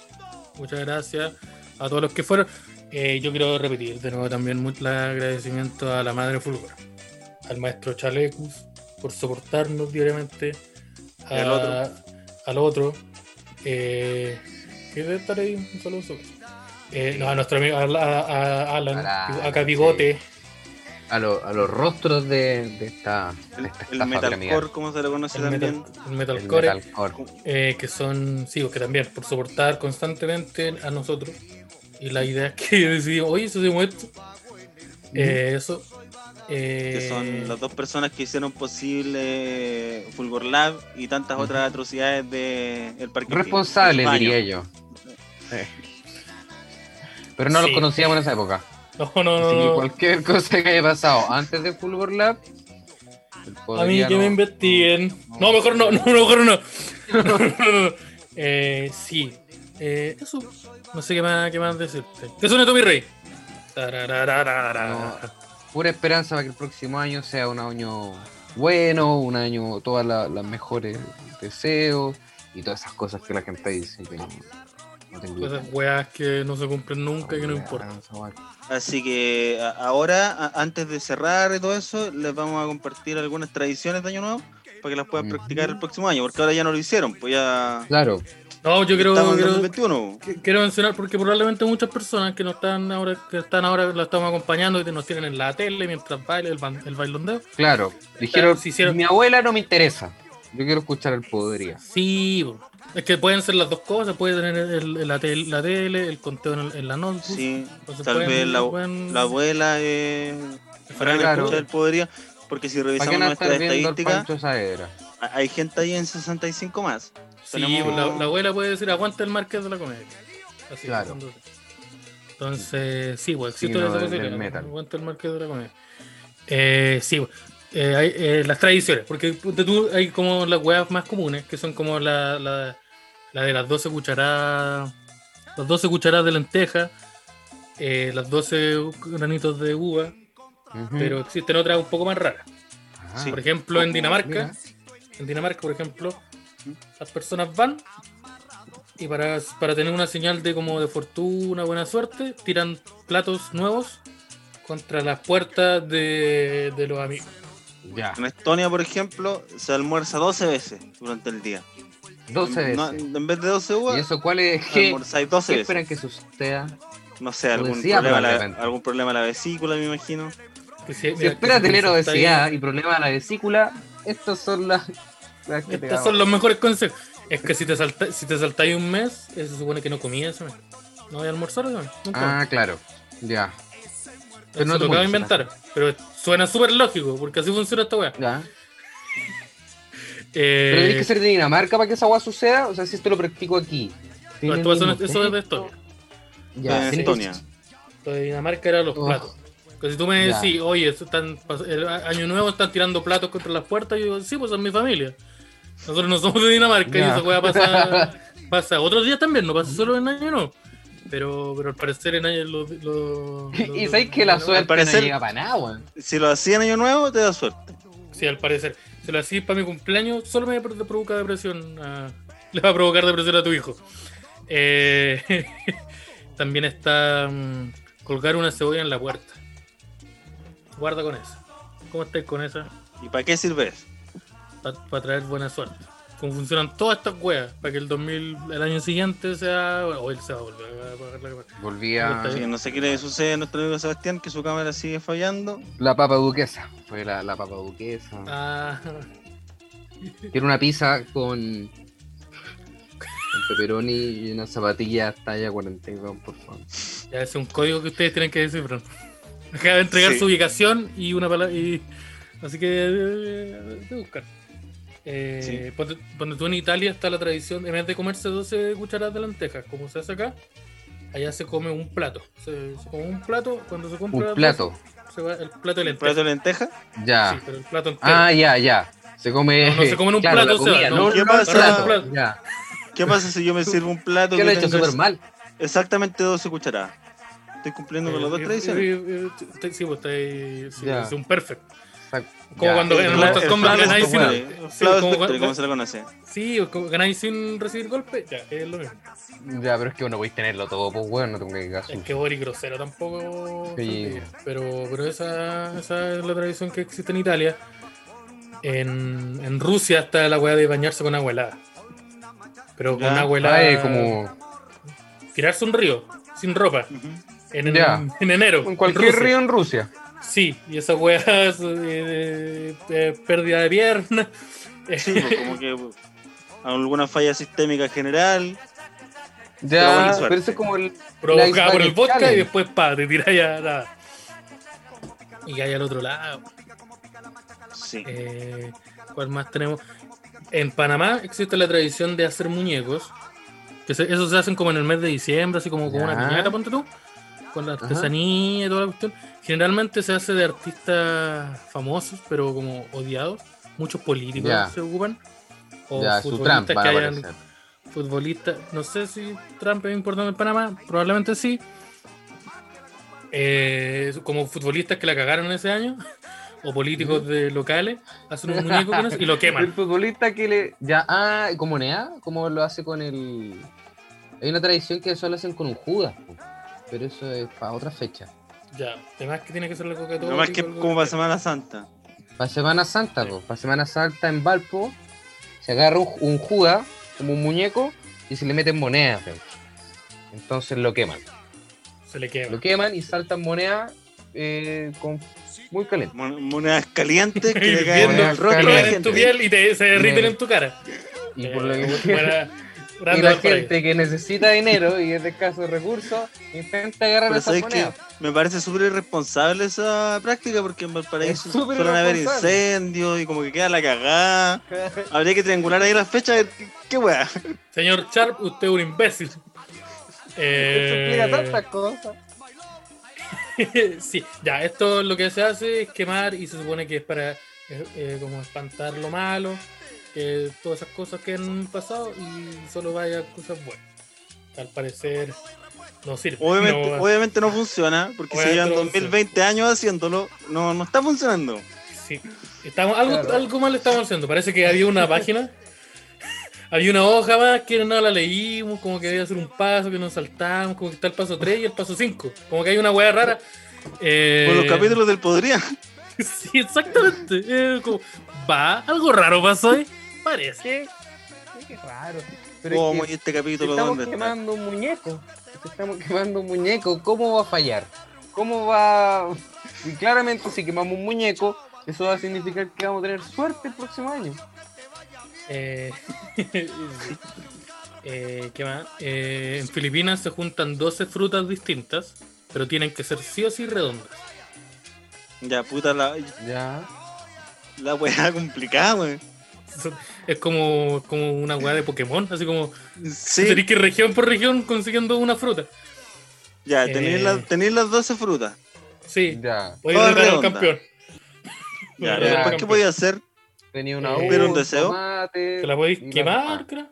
[SPEAKER 2] Muchas gracias a todos los que fueron. Eh, yo quiero repetir de nuevo también mucho el agradecimiento a la madre Fulgor, al maestro Chalecus por soportarnos diariamente, a-
[SPEAKER 3] Al otro.
[SPEAKER 2] al otro. Eh, ¿Qué debe estar ahí? Un saludo. sobre. Eh, no, a nuestro amigo a, a- a Alan,
[SPEAKER 1] Alan,
[SPEAKER 2] acá Bigote.
[SPEAKER 1] a, lo- a los rostros de, de esta,
[SPEAKER 3] El,
[SPEAKER 1] de esta
[SPEAKER 3] el
[SPEAKER 1] estafa piramidal,
[SPEAKER 3] metalcore, como se le conoce
[SPEAKER 2] El,
[SPEAKER 3] también.
[SPEAKER 2] metal, el
[SPEAKER 1] el
[SPEAKER 2] metalcore,
[SPEAKER 1] metalcore.
[SPEAKER 2] eh, que son, sí, que también, por soportar constantemente a nosotros. Y la idea es que decidimos, oye, eso se muerto. Eh, eso. eh,
[SPEAKER 3] que son las dos personas que hicieron posible eh, Fulgor Lab y tantas otras atrocidades de el parque.
[SPEAKER 1] Responsable,
[SPEAKER 3] del baño.
[SPEAKER 1] diría yo. Eh. Pero no
[SPEAKER 2] Sí.
[SPEAKER 1] los conocíamos en esa época.
[SPEAKER 2] No, no, no.
[SPEAKER 1] Así que
[SPEAKER 2] no.
[SPEAKER 1] cualquier cosa que haya pasado antes de Fulgor Lab,
[SPEAKER 2] A mí que me investiguen. No,
[SPEAKER 1] no,
[SPEAKER 2] mejor no, no, mejor no. No, no, no. Eh, sí. Eh, eso. No sé qué más, qué más decirte. ¿Qué suena Tommy Rey? Tararararara.
[SPEAKER 1] pura esperanza para que el próximo año sea un año bueno, un año todas la- las mejores deseos y todas esas cosas que la gente dice que no, no tengo
[SPEAKER 2] Esas weas que no se cumplen nunca y que no importan.
[SPEAKER 3] Así que a- ahora, a- antes de cerrar y todo eso, les vamos a compartir algunas tradiciones de Año Nuevo para que las puedan
[SPEAKER 1] Ujú.
[SPEAKER 3] practicar el próximo año, porque ahora ya no lo hicieron, pues ya
[SPEAKER 1] Claro,
[SPEAKER 2] No, yo creo,
[SPEAKER 3] estamos en
[SPEAKER 2] creo-
[SPEAKER 3] 2021.
[SPEAKER 2] que- quiero mencionar porque probablemente muchas personas que no están ahora, que están ahora, la estamos acompañando y que nos tienen en la tele mientras baila el, ban- el bailondeo.
[SPEAKER 1] claro. Dijeron,
[SPEAKER 2] se hicieron-
[SPEAKER 1] mi abuela no me interesa. Yo quiero escuchar el podría.
[SPEAKER 2] Sí, bo. es que pueden ser las dos cosas, puede tener el- el- la, tel- la tele, el conteo en, el- en la notebook.
[SPEAKER 3] Sí,
[SPEAKER 2] Entonces
[SPEAKER 3] tal
[SPEAKER 2] pueden-
[SPEAKER 3] vez la,
[SPEAKER 2] pueden-
[SPEAKER 3] la abuela eh,
[SPEAKER 2] Fernández
[SPEAKER 1] Claro.
[SPEAKER 3] escuchar podría, porque si
[SPEAKER 1] ¿Para qué
[SPEAKER 3] revisamos
[SPEAKER 1] no estar
[SPEAKER 3] nuestras
[SPEAKER 1] viendo el
[SPEAKER 3] estadísticas,
[SPEAKER 1] Pancho Saavedra?
[SPEAKER 3] a- hay gente ahí en 65 más.
[SPEAKER 2] Sí,
[SPEAKER 3] tenemos-
[SPEAKER 2] la, la abuela puede decir, aguanta el marqués de la comedia. Así,
[SPEAKER 1] Claro.
[SPEAKER 2] cuando- Entonces, sí, pues existe
[SPEAKER 1] Sí, no,
[SPEAKER 2] esa
[SPEAKER 1] del-
[SPEAKER 2] posibilidad,
[SPEAKER 1] del metal.
[SPEAKER 2] Aguanta el marqués de la comedia. Eh, sí, bo. Eh, hay, eh, las tradiciones, porque ponte tú, hay como las weas más comunes, que son como la, la, la de las 12 cucharadas, las 12 cucharadas de lenteja, eh, las 12 granitos de uva,
[SPEAKER 1] Ujú.
[SPEAKER 2] pero existen otras un poco más raras.
[SPEAKER 1] Ah,
[SPEAKER 2] Por ejemplo, en
[SPEAKER 1] Oh,
[SPEAKER 2] Dinamarca,
[SPEAKER 1] mira.
[SPEAKER 2] en Dinamarca, por ejemplo, las personas van y para, para tener una señal de como de fortuna, buena suerte, tiran platos nuevos contra las puertas de, de los amigos.
[SPEAKER 1] Ya,
[SPEAKER 3] En Estonia, por ejemplo, se almuerza 12 veces durante el día.
[SPEAKER 1] 12 veces.
[SPEAKER 3] No, en vez de 12
[SPEAKER 1] ¿Y
[SPEAKER 3] uvas,
[SPEAKER 1] eso cuál es? ¿Qué,
[SPEAKER 3] almorzáis
[SPEAKER 1] qué
[SPEAKER 3] 12 veces.
[SPEAKER 1] esperan que suceda?
[SPEAKER 3] No sé,
[SPEAKER 1] Lo
[SPEAKER 3] algún
[SPEAKER 1] decía
[SPEAKER 3] problema, a la,
[SPEAKER 1] probablemente.
[SPEAKER 3] algún problema a la vesícula, me imagino.
[SPEAKER 2] Que se-
[SPEAKER 1] Si
[SPEAKER 2] mira,
[SPEAKER 1] esperas
[SPEAKER 2] que se-
[SPEAKER 1] tener
[SPEAKER 2] que se está
[SPEAKER 1] obesidad
[SPEAKER 2] ahí.
[SPEAKER 1] y problemas de la vesícula, estas son las, las que te
[SPEAKER 2] Estos son los mejores consejos. Es que si te, salta, si te saltáis un mes, eh, se supone que no comías ese mes. No voy a almorzar ese mes. Nunca.
[SPEAKER 1] Ah, claro. Ya.
[SPEAKER 2] Se
[SPEAKER 1] pero no
[SPEAKER 2] lo
[SPEAKER 1] te
[SPEAKER 2] acabo de
[SPEAKER 1] pones
[SPEAKER 2] inventar. Pero suena súper lógico, porque así funciona esta weá.
[SPEAKER 1] ya.
[SPEAKER 2] Eh,
[SPEAKER 1] Pero tienes que ser de Dinamarca para que esa agua suceda. O sea, si esto lo practico aquí.
[SPEAKER 2] no,
[SPEAKER 1] ¿tiene el
[SPEAKER 2] esto- eso,
[SPEAKER 1] mismo
[SPEAKER 2] eso es de
[SPEAKER 1] efecto?
[SPEAKER 2] Estonia.
[SPEAKER 1] Ya,
[SPEAKER 3] en
[SPEAKER 1] sí.
[SPEAKER 3] Eh, Estonia.
[SPEAKER 2] Lo de Dinamarca era los
[SPEAKER 1] Oh.
[SPEAKER 2] platos. Que si tú me
[SPEAKER 1] Ya.
[SPEAKER 2] decís, oye, eso están, pas- el a- año nuevo están tirando platos contra las puertas, yo digo, sí, pues son mi familia. Nosotros no somos de Dinamarca y
[SPEAKER 1] Ya.
[SPEAKER 2] esa weá pasa, pasa otros días también, no pasa solo en año nuevo. Pero, pero al parecer en año los. los- los-
[SPEAKER 1] y sabes que la
[SPEAKER 2] los-
[SPEAKER 1] suerte no
[SPEAKER 3] parecer-
[SPEAKER 1] llega para nada, weón.
[SPEAKER 3] Si lo hacían año nuevo, te da suerte.
[SPEAKER 2] Sí, al parecer. Se lo hacía para mi cumpleaños, solo me pro- provoca depresión. a- le va a provocar depresión a tu hijo. Eh, también está mm, colgar una cebolla en la puerta. Guarda con esa. ¿Cómo estáis con esa?
[SPEAKER 3] ¿Y para qué sirve eso?
[SPEAKER 2] Para traer buena suerte. Como funcionan todas estas weas, para que el 2000, el año siguiente sea. bueno, Hoy se va a volver a pagar la cabeza.
[SPEAKER 1] Volví a
[SPEAKER 2] Está
[SPEAKER 3] Sí,
[SPEAKER 2] bien.
[SPEAKER 3] no sé qué le sucede a nuestro amigo Sebastián, que su cámara sigue fallando.
[SPEAKER 1] la papa duquesa. Fue la, la papa duquesa.
[SPEAKER 2] Ah,
[SPEAKER 1] Quiero una pizza con. con pepperoni y una zapatilla talla 42, por favor.
[SPEAKER 2] ya es un código que ustedes tienen que descifrar. Acaba de entregar
[SPEAKER 3] Sí.
[SPEAKER 2] su ubicación y una palabra. Y, así que. eh, de buscar. Eh, ponte- ponte tú en Italia está la tradición, en vez de comerse 12 cucharadas de lentejas, como se hace acá, allá se come un plato. Se, se come un plato, cuando se compra.
[SPEAKER 1] Un plato.
[SPEAKER 2] se va el plato de
[SPEAKER 3] ¿Un
[SPEAKER 2] lentejas.
[SPEAKER 3] plato de lenteja?
[SPEAKER 1] Ya.
[SPEAKER 2] Sí, pero el plato entero.
[SPEAKER 1] Ah, ya, ya. Se come.
[SPEAKER 2] No, no se come en un
[SPEAKER 1] claro,
[SPEAKER 2] plato,
[SPEAKER 1] la
[SPEAKER 2] o sea,
[SPEAKER 1] comida,
[SPEAKER 2] no.
[SPEAKER 1] no,
[SPEAKER 3] ¿Qué
[SPEAKER 1] no,
[SPEAKER 3] pasa?
[SPEAKER 1] plato.
[SPEAKER 2] Plato.
[SPEAKER 1] Ya.
[SPEAKER 3] ¿Qué pasa si yo me sirvo un plato
[SPEAKER 1] Yo
[SPEAKER 3] que
[SPEAKER 1] lo he hecho
[SPEAKER 3] tenga
[SPEAKER 1] súper mal.
[SPEAKER 3] exactamente 12 cucharadas? Estoy cumpliendo con las dos
[SPEAKER 2] Eh,
[SPEAKER 3] tradiciones.
[SPEAKER 2] eh, eh, eh, Sí, pues está ahí. sí,
[SPEAKER 1] Ya.
[SPEAKER 2] es un perfect.
[SPEAKER 1] Exacto.
[SPEAKER 2] Como
[SPEAKER 1] Ya.
[SPEAKER 2] cuando en
[SPEAKER 3] El
[SPEAKER 2] el Mortal Kombat
[SPEAKER 3] Flavor
[SPEAKER 2] ganáis sin.
[SPEAKER 3] Spectre,
[SPEAKER 2] sí,
[SPEAKER 3] güey. Flavor
[SPEAKER 2] como-
[SPEAKER 3] Spectre, ¿cómo se la conoce?
[SPEAKER 2] Sí, o como ganáis sin recibir golpe, ya, es lo mismo.
[SPEAKER 1] Ya, pero es que uno podéis tenerlo todo, pues weón, no tengo que cagar
[SPEAKER 2] Es
[SPEAKER 1] sucio.
[SPEAKER 2] que Boris grosero tampoco.
[SPEAKER 1] Sí.
[SPEAKER 2] Pero, pero esa, esa es la tradición que existe en Italia. En, en Rusia está la weá de bañarse con agua helada. Pero con
[SPEAKER 3] Ya.
[SPEAKER 2] agua helada.
[SPEAKER 1] Ah, es como
[SPEAKER 2] Tirarse un río, sin ropa.
[SPEAKER 3] Ujú.
[SPEAKER 2] En, en-
[SPEAKER 1] Ya.
[SPEAKER 2] en enero.
[SPEAKER 1] en cualquier
[SPEAKER 2] Rusia.
[SPEAKER 1] río en Rusia.
[SPEAKER 2] Sí, y esa weá es, eh, eh, pérdida de pierna.
[SPEAKER 3] Sí, pues, como que pues, alguna falla sistémica general. Pero buena
[SPEAKER 1] Ya,
[SPEAKER 3] suerte.
[SPEAKER 1] pero eso es como el.
[SPEAKER 2] provocada
[SPEAKER 1] Ice
[SPEAKER 2] por el
[SPEAKER 1] Bucket
[SPEAKER 2] vodka y
[SPEAKER 1] Challenge.
[SPEAKER 2] después pa, te tiráis a la. Y caes al otro lado.
[SPEAKER 3] Sí.
[SPEAKER 2] Eh, ¿Cuál más tenemos? En Panamá existe la tradición de hacer muñecos. Que se, eso se hacen como en el mes de diciembre, así como con una
[SPEAKER 1] Ya.
[SPEAKER 2] piñata, ponte tú. Con la
[SPEAKER 1] Ajá.
[SPEAKER 2] artesanía y toda la cuestión. Generalmente se hace de artistas famosos, pero como odiados. Muchos políticos
[SPEAKER 1] Ya.
[SPEAKER 2] se ocupan. O
[SPEAKER 1] Ya, su
[SPEAKER 2] futbolistas
[SPEAKER 1] trampa,
[SPEAKER 2] que
[SPEAKER 1] al
[SPEAKER 2] hayan
[SPEAKER 1] parecer.
[SPEAKER 2] futbolista. No sé si Trump es importante en Panamá, probablemente sí. Eh, como futbolistas que la cagaron ese año, o políticos de locales, hacen un muñeco con eso y lo
[SPEAKER 1] El
[SPEAKER 2] queman.
[SPEAKER 1] futbolista que le. Ya, ah, ¿y como Nea, como lo hace con el. Hay una tradición que eso lo hacen con un Judas, po. pero eso es para otra fecha.
[SPEAKER 2] Ya, además que tiene que ser algo católico.
[SPEAKER 3] Lo más que
[SPEAKER 2] algo
[SPEAKER 3] como para Semana Santa.
[SPEAKER 1] Para Semana Santa, po. para Semana Santa en Valpo, se agarra un, un Judas, como un muñeco, y se le meten monedas dentro. Entonces lo queman.
[SPEAKER 2] Se le
[SPEAKER 1] Lo
[SPEAKER 2] quema.
[SPEAKER 1] queman y saltan monedas eh, con... muy caliente.
[SPEAKER 3] Mon- Monedas calientes que le caen
[SPEAKER 2] Hirviendo,
[SPEAKER 3] en el rostro a la
[SPEAKER 1] calientes.
[SPEAKER 2] en tu
[SPEAKER 3] gente.
[SPEAKER 2] piel y te, se derriten
[SPEAKER 1] Bien.
[SPEAKER 2] en tu cara.
[SPEAKER 1] Y
[SPEAKER 2] Eh,
[SPEAKER 1] por lo que-
[SPEAKER 2] para- para
[SPEAKER 1] y la
[SPEAKER 2] andar por ahí.
[SPEAKER 1] gente que necesita dinero y es de escasos recursos, intenta agarrar
[SPEAKER 3] Pero
[SPEAKER 1] esas
[SPEAKER 3] sabes que
[SPEAKER 1] monedas.
[SPEAKER 3] me parece súper irresponsable esa práctica porque en Valparaíso
[SPEAKER 1] Es súper
[SPEAKER 3] suelen haber
[SPEAKER 1] irresponsable.
[SPEAKER 3] incendios y como que queda la cagada. Habría que triangular ahí las fechas. de- ¿Qué, qué weá?
[SPEAKER 2] Señor Sharp, usted es un imbécil.
[SPEAKER 1] Eso
[SPEAKER 2] Eh,
[SPEAKER 1] explica tantas cosas.
[SPEAKER 2] sí, ya, esto lo que se hace es quemar y se supone que es para eh, eh, como espantar lo malo, que todas esas cosas que han pasado y solo vaya cosas buenas. Al parecer no sirve.
[SPEAKER 3] Obviamente
[SPEAKER 2] No,
[SPEAKER 3] no, obviamente no funciona porque si
[SPEAKER 2] Obviamente
[SPEAKER 3] llevan
[SPEAKER 2] no
[SPEAKER 3] 2020 años haciéndolo, no, no está funcionando.
[SPEAKER 2] sí. Estamos, algo,
[SPEAKER 1] Claro.
[SPEAKER 2] algo mal estamos haciendo. Parece que había una página, había una hoja más que no la leímos, como que debía hacer un paso, que nos saltamos, como que está el paso 3 y el paso 5. Como que hay una hueá rara. Eh,
[SPEAKER 3] Por los capítulos del Podría.
[SPEAKER 2] Sí, exactamente. Eh, como, va, algo raro pasó ahí. Parece.
[SPEAKER 1] Qué, qué raro. Pero
[SPEAKER 3] ¿Cómo?
[SPEAKER 1] es
[SPEAKER 3] ¿Y
[SPEAKER 1] que
[SPEAKER 3] este capítulo
[SPEAKER 1] estamos
[SPEAKER 3] dónde está?
[SPEAKER 1] quemando un muñeco. Estamos quemando un muñeco. ¿Cómo va a fallar? ¿Cómo va...? Y claramente si quemamos un muñeco, eso va a significar que vamos a tener suerte el próximo año.
[SPEAKER 2] Eh, eh, ¿Qué más? Eh, en Filipinas se juntan 12 frutas distintas, pero tienen que ser sí o sí redondas.
[SPEAKER 3] Ya, puta, la,
[SPEAKER 1] Ya.
[SPEAKER 3] la weá complicada, weón.
[SPEAKER 2] Son- Es como, como una weá de Pokémon, así como
[SPEAKER 3] Sí,
[SPEAKER 2] tenés que ir región por región consiguiendo una fruta.
[SPEAKER 3] ya, tenéis
[SPEAKER 2] Eh.
[SPEAKER 3] las- tenéis las 12 frutas.
[SPEAKER 2] Sí,
[SPEAKER 1] Ya.
[SPEAKER 2] podéis
[SPEAKER 3] Todas
[SPEAKER 2] retar al
[SPEAKER 3] redondas.
[SPEAKER 2] campeón.
[SPEAKER 3] Ya,
[SPEAKER 2] Podéis
[SPEAKER 3] ¿y
[SPEAKER 1] Ya,
[SPEAKER 2] retar al
[SPEAKER 3] después, ¿qué
[SPEAKER 2] campeón.
[SPEAKER 3] podía hacer?
[SPEAKER 1] Tenía una
[SPEAKER 2] Eh,
[SPEAKER 1] uva,
[SPEAKER 2] ¿pero un
[SPEAKER 3] deseo?
[SPEAKER 1] tomate,
[SPEAKER 2] Te la podéis
[SPEAKER 1] y la-
[SPEAKER 2] quemar,
[SPEAKER 1] Ah,
[SPEAKER 2] creo.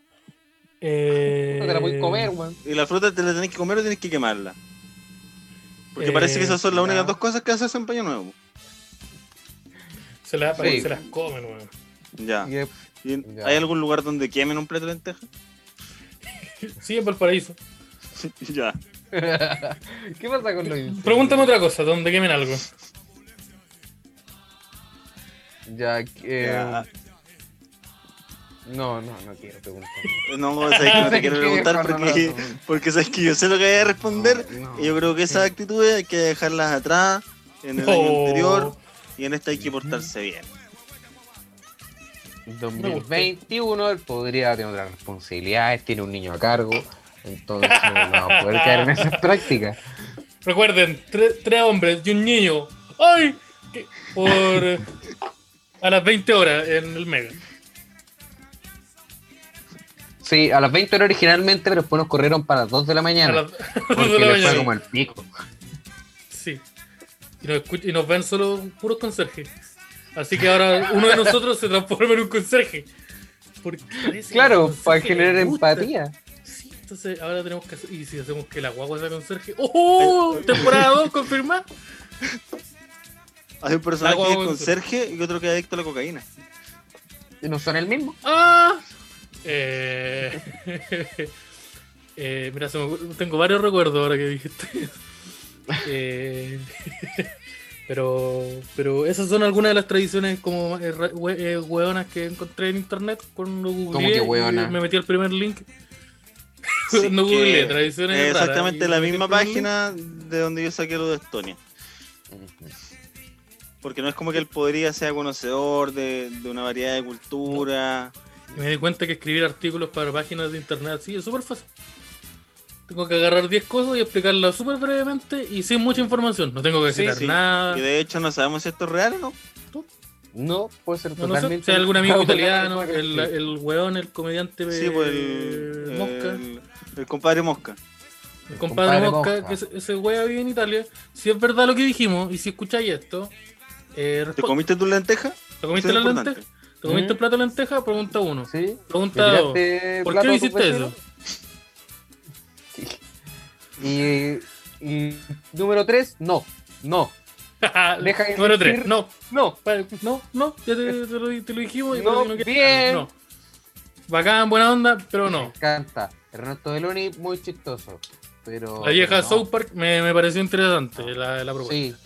[SPEAKER 2] Eh,
[SPEAKER 1] no te la podéis comer, weón.
[SPEAKER 3] Y la fruta te la tenés que comer o tenés que quemarla. Porque
[SPEAKER 2] Eh,
[SPEAKER 3] parece que esas son las
[SPEAKER 1] ya.
[SPEAKER 3] únicas dos cosas que haces en paño nuevo.
[SPEAKER 2] Se, la-
[SPEAKER 1] Sí.
[SPEAKER 2] se las comen, weón.
[SPEAKER 3] Ya.
[SPEAKER 1] Y es-
[SPEAKER 3] ¿Y
[SPEAKER 1] Ya.
[SPEAKER 3] ¿Hay algún lugar donde quemen un plato de lentejas?
[SPEAKER 2] Sí, en Valparaíso.
[SPEAKER 3] ya.
[SPEAKER 1] ¿Qué pasa con los incendios?
[SPEAKER 2] Pregúntame otra cosa, donde quemen algo.
[SPEAKER 1] Ya, eh,
[SPEAKER 3] Ya.
[SPEAKER 1] No, no, no quiero preguntar.
[SPEAKER 3] No, o sea, que no te quiero preguntar
[SPEAKER 1] No, no, no,
[SPEAKER 3] porque,
[SPEAKER 1] no.
[SPEAKER 3] porque sabes que yo sé lo que voy a responder.
[SPEAKER 1] No, no.
[SPEAKER 3] Y yo creo que esas actitudes hay que dejarlas atrás en el año
[SPEAKER 2] Oh,
[SPEAKER 3] anterior. Y en esta hay que portarse bien.
[SPEAKER 1] 2021 él podría tener otras responsabilidades, tiene un niño a cargo, entonces no va a poder caer en esas prácticas.
[SPEAKER 2] Recuerden, tre- tres hombres y un niño. ¡Ay! Que- Por. eh, a las 20 horas en el Mega.
[SPEAKER 1] Sí, a las 20 horas originalmente, pero después nos corrieron para las 2 de la
[SPEAKER 2] A
[SPEAKER 1] mañana.
[SPEAKER 2] las
[SPEAKER 1] Porque
[SPEAKER 2] de
[SPEAKER 1] les
[SPEAKER 2] la
[SPEAKER 1] fue
[SPEAKER 2] mañana.
[SPEAKER 1] como el pico.
[SPEAKER 2] Sí. Y nos, escuch- y nos ven solo puros conserjes. Así que ahora uno de nosotros se transforma en un conserje. Porque parece que
[SPEAKER 1] Claro,
[SPEAKER 2] los
[SPEAKER 1] para
[SPEAKER 2] conserjes
[SPEAKER 1] generar
[SPEAKER 2] les gusta.
[SPEAKER 1] empatía.
[SPEAKER 2] Sí, Entonces ahora tenemos que hacer. Y si hacemos que la guagua sea conserje. ¡Oh! Temporada 2, confirmada.
[SPEAKER 3] Hay un personaje
[SPEAKER 2] Agua,
[SPEAKER 3] que es
[SPEAKER 2] agua,
[SPEAKER 3] conserje y otro que es adicto a la cocaína.
[SPEAKER 1] ¿Y no son el mismo?
[SPEAKER 2] ¡Ah! Eh, eh, mira, se me ocurre- tengo varios recuerdos ahora que dijiste. Eh, pero, pero esas son algunas de las tradiciones como eh, ra- hue- eh, hueonas que encontré en internet cuando googleé.
[SPEAKER 1] que
[SPEAKER 2] y
[SPEAKER 1] hueona?
[SPEAKER 2] Me metí al primer link.
[SPEAKER 3] Así
[SPEAKER 2] no
[SPEAKER 3] que
[SPEAKER 2] googleé, tradiciones.
[SPEAKER 3] es
[SPEAKER 2] raras, ¿eh?
[SPEAKER 3] Exactamente
[SPEAKER 2] y
[SPEAKER 3] la
[SPEAKER 2] me metí
[SPEAKER 3] misma
[SPEAKER 2] al primer link.
[SPEAKER 3] página de donde yo saqué lo de Estonia. Porque no es como que él podría sea conocedor de, de una variedad de cultura.
[SPEAKER 2] Y Me di cuenta que escribir artículos para páginas de internet sí es súper fácil. Tengo que agarrar 10 cosas y explicarlas súper brevemente y sin mucha información. No tengo que
[SPEAKER 3] Sí,
[SPEAKER 2] citar
[SPEAKER 3] sí.
[SPEAKER 2] nada.
[SPEAKER 3] Y de hecho no sabemos si esto es real o no.
[SPEAKER 1] No, puede ser
[SPEAKER 2] No, no sé,
[SPEAKER 1] totalmente.
[SPEAKER 2] si hay algún amigo
[SPEAKER 1] inventado.
[SPEAKER 2] italiano, el, el weón, el comediante
[SPEAKER 3] Sí,
[SPEAKER 2] eh,
[SPEAKER 3] pues el,
[SPEAKER 2] Mosca, el,
[SPEAKER 3] el- el compadre Mosca.
[SPEAKER 2] compadre,
[SPEAKER 1] compadre
[SPEAKER 2] Mosca,
[SPEAKER 1] Mosca.
[SPEAKER 2] que ese, ese weón vive en Italia. Si es verdad lo que dijimos y si escucháis esto, eh,
[SPEAKER 3] ¿Te
[SPEAKER 2] respo-
[SPEAKER 3] comiste tus lentejas?
[SPEAKER 2] ¿te comiste
[SPEAKER 3] Eso
[SPEAKER 2] la
[SPEAKER 3] es importante.
[SPEAKER 2] lenteja? ¿Te comiste el
[SPEAKER 1] ¿Mm?
[SPEAKER 2] plato de lenteja? Pregunta uno.
[SPEAKER 1] Sí.
[SPEAKER 2] Pregunta
[SPEAKER 1] ¿Le
[SPEAKER 2] dos.
[SPEAKER 1] tiraste
[SPEAKER 2] ¿Por
[SPEAKER 1] plato
[SPEAKER 2] qué
[SPEAKER 1] a tu
[SPEAKER 2] hiciste
[SPEAKER 1] vecino?
[SPEAKER 2] eso?
[SPEAKER 1] Y, y número 3, no. No. Deja de
[SPEAKER 2] Número 3.
[SPEAKER 1] decir-
[SPEAKER 2] No,
[SPEAKER 1] No.
[SPEAKER 2] Vale, No, no, ya te, te lo, te lo dijimos. y
[SPEAKER 1] No,
[SPEAKER 2] parece que quieres-
[SPEAKER 1] bien.
[SPEAKER 2] No. Bacán, buena onda, pero
[SPEAKER 1] Me
[SPEAKER 2] no.
[SPEAKER 1] encanta. Ernesto Beloni, muy chistoso. Pero.
[SPEAKER 2] La vieja
[SPEAKER 1] no.
[SPEAKER 2] South Park me, me pareció interesante la, la propuesta.
[SPEAKER 1] Sí.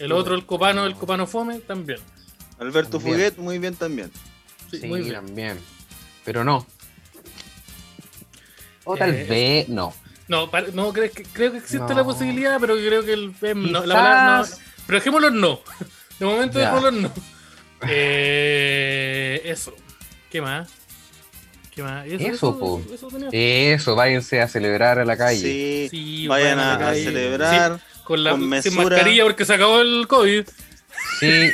[SPEAKER 2] el otro, el copano, el copano Fome, también.
[SPEAKER 3] Alberto
[SPEAKER 1] También.
[SPEAKER 3] Fuguet, muy bien también.
[SPEAKER 2] Sí,
[SPEAKER 1] Sí,
[SPEAKER 2] muy bien.
[SPEAKER 1] también. Pero no. O tal
[SPEAKER 2] Eh,
[SPEAKER 1] vez no.
[SPEAKER 2] No, para- no crees que, creo que existe
[SPEAKER 1] No.
[SPEAKER 2] la posibilidad, pero creo que el, eh, no, la
[SPEAKER 1] Quizás-
[SPEAKER 2] palabra no. Pero dejémoslo en no. De momento
[SPEAKER 1] Ya.
[SPEAKER 2] dejémoslo en no. Eh, eso. ¿Qué más? ¿Qué más? Eso,
[SPEAKER 1] Eso, po. Eh,
[SPEAKER 2] eso tenía.
[SPEAKER 1] Eso, váyanse a celebrar a la calle.
[SPEAKER 3] Sí,
[SPEAKER 2] Sí,
[SPEAKER 3] vayan
[SPEAKER 2] bueno, la
[SPEAKER 3] a, a
[SPEAKER 2] calle.
[SPEAKER 3] celebrar.
[SPEAKER 2] Sí, con la
[SPEAKER 3] con
[SPEAKER 2] sin
[SPEAKER 3] mesura.
[SPEAKER 2] mascarilla porque se acabó el COVID.
[SPEAKER 1] Sí,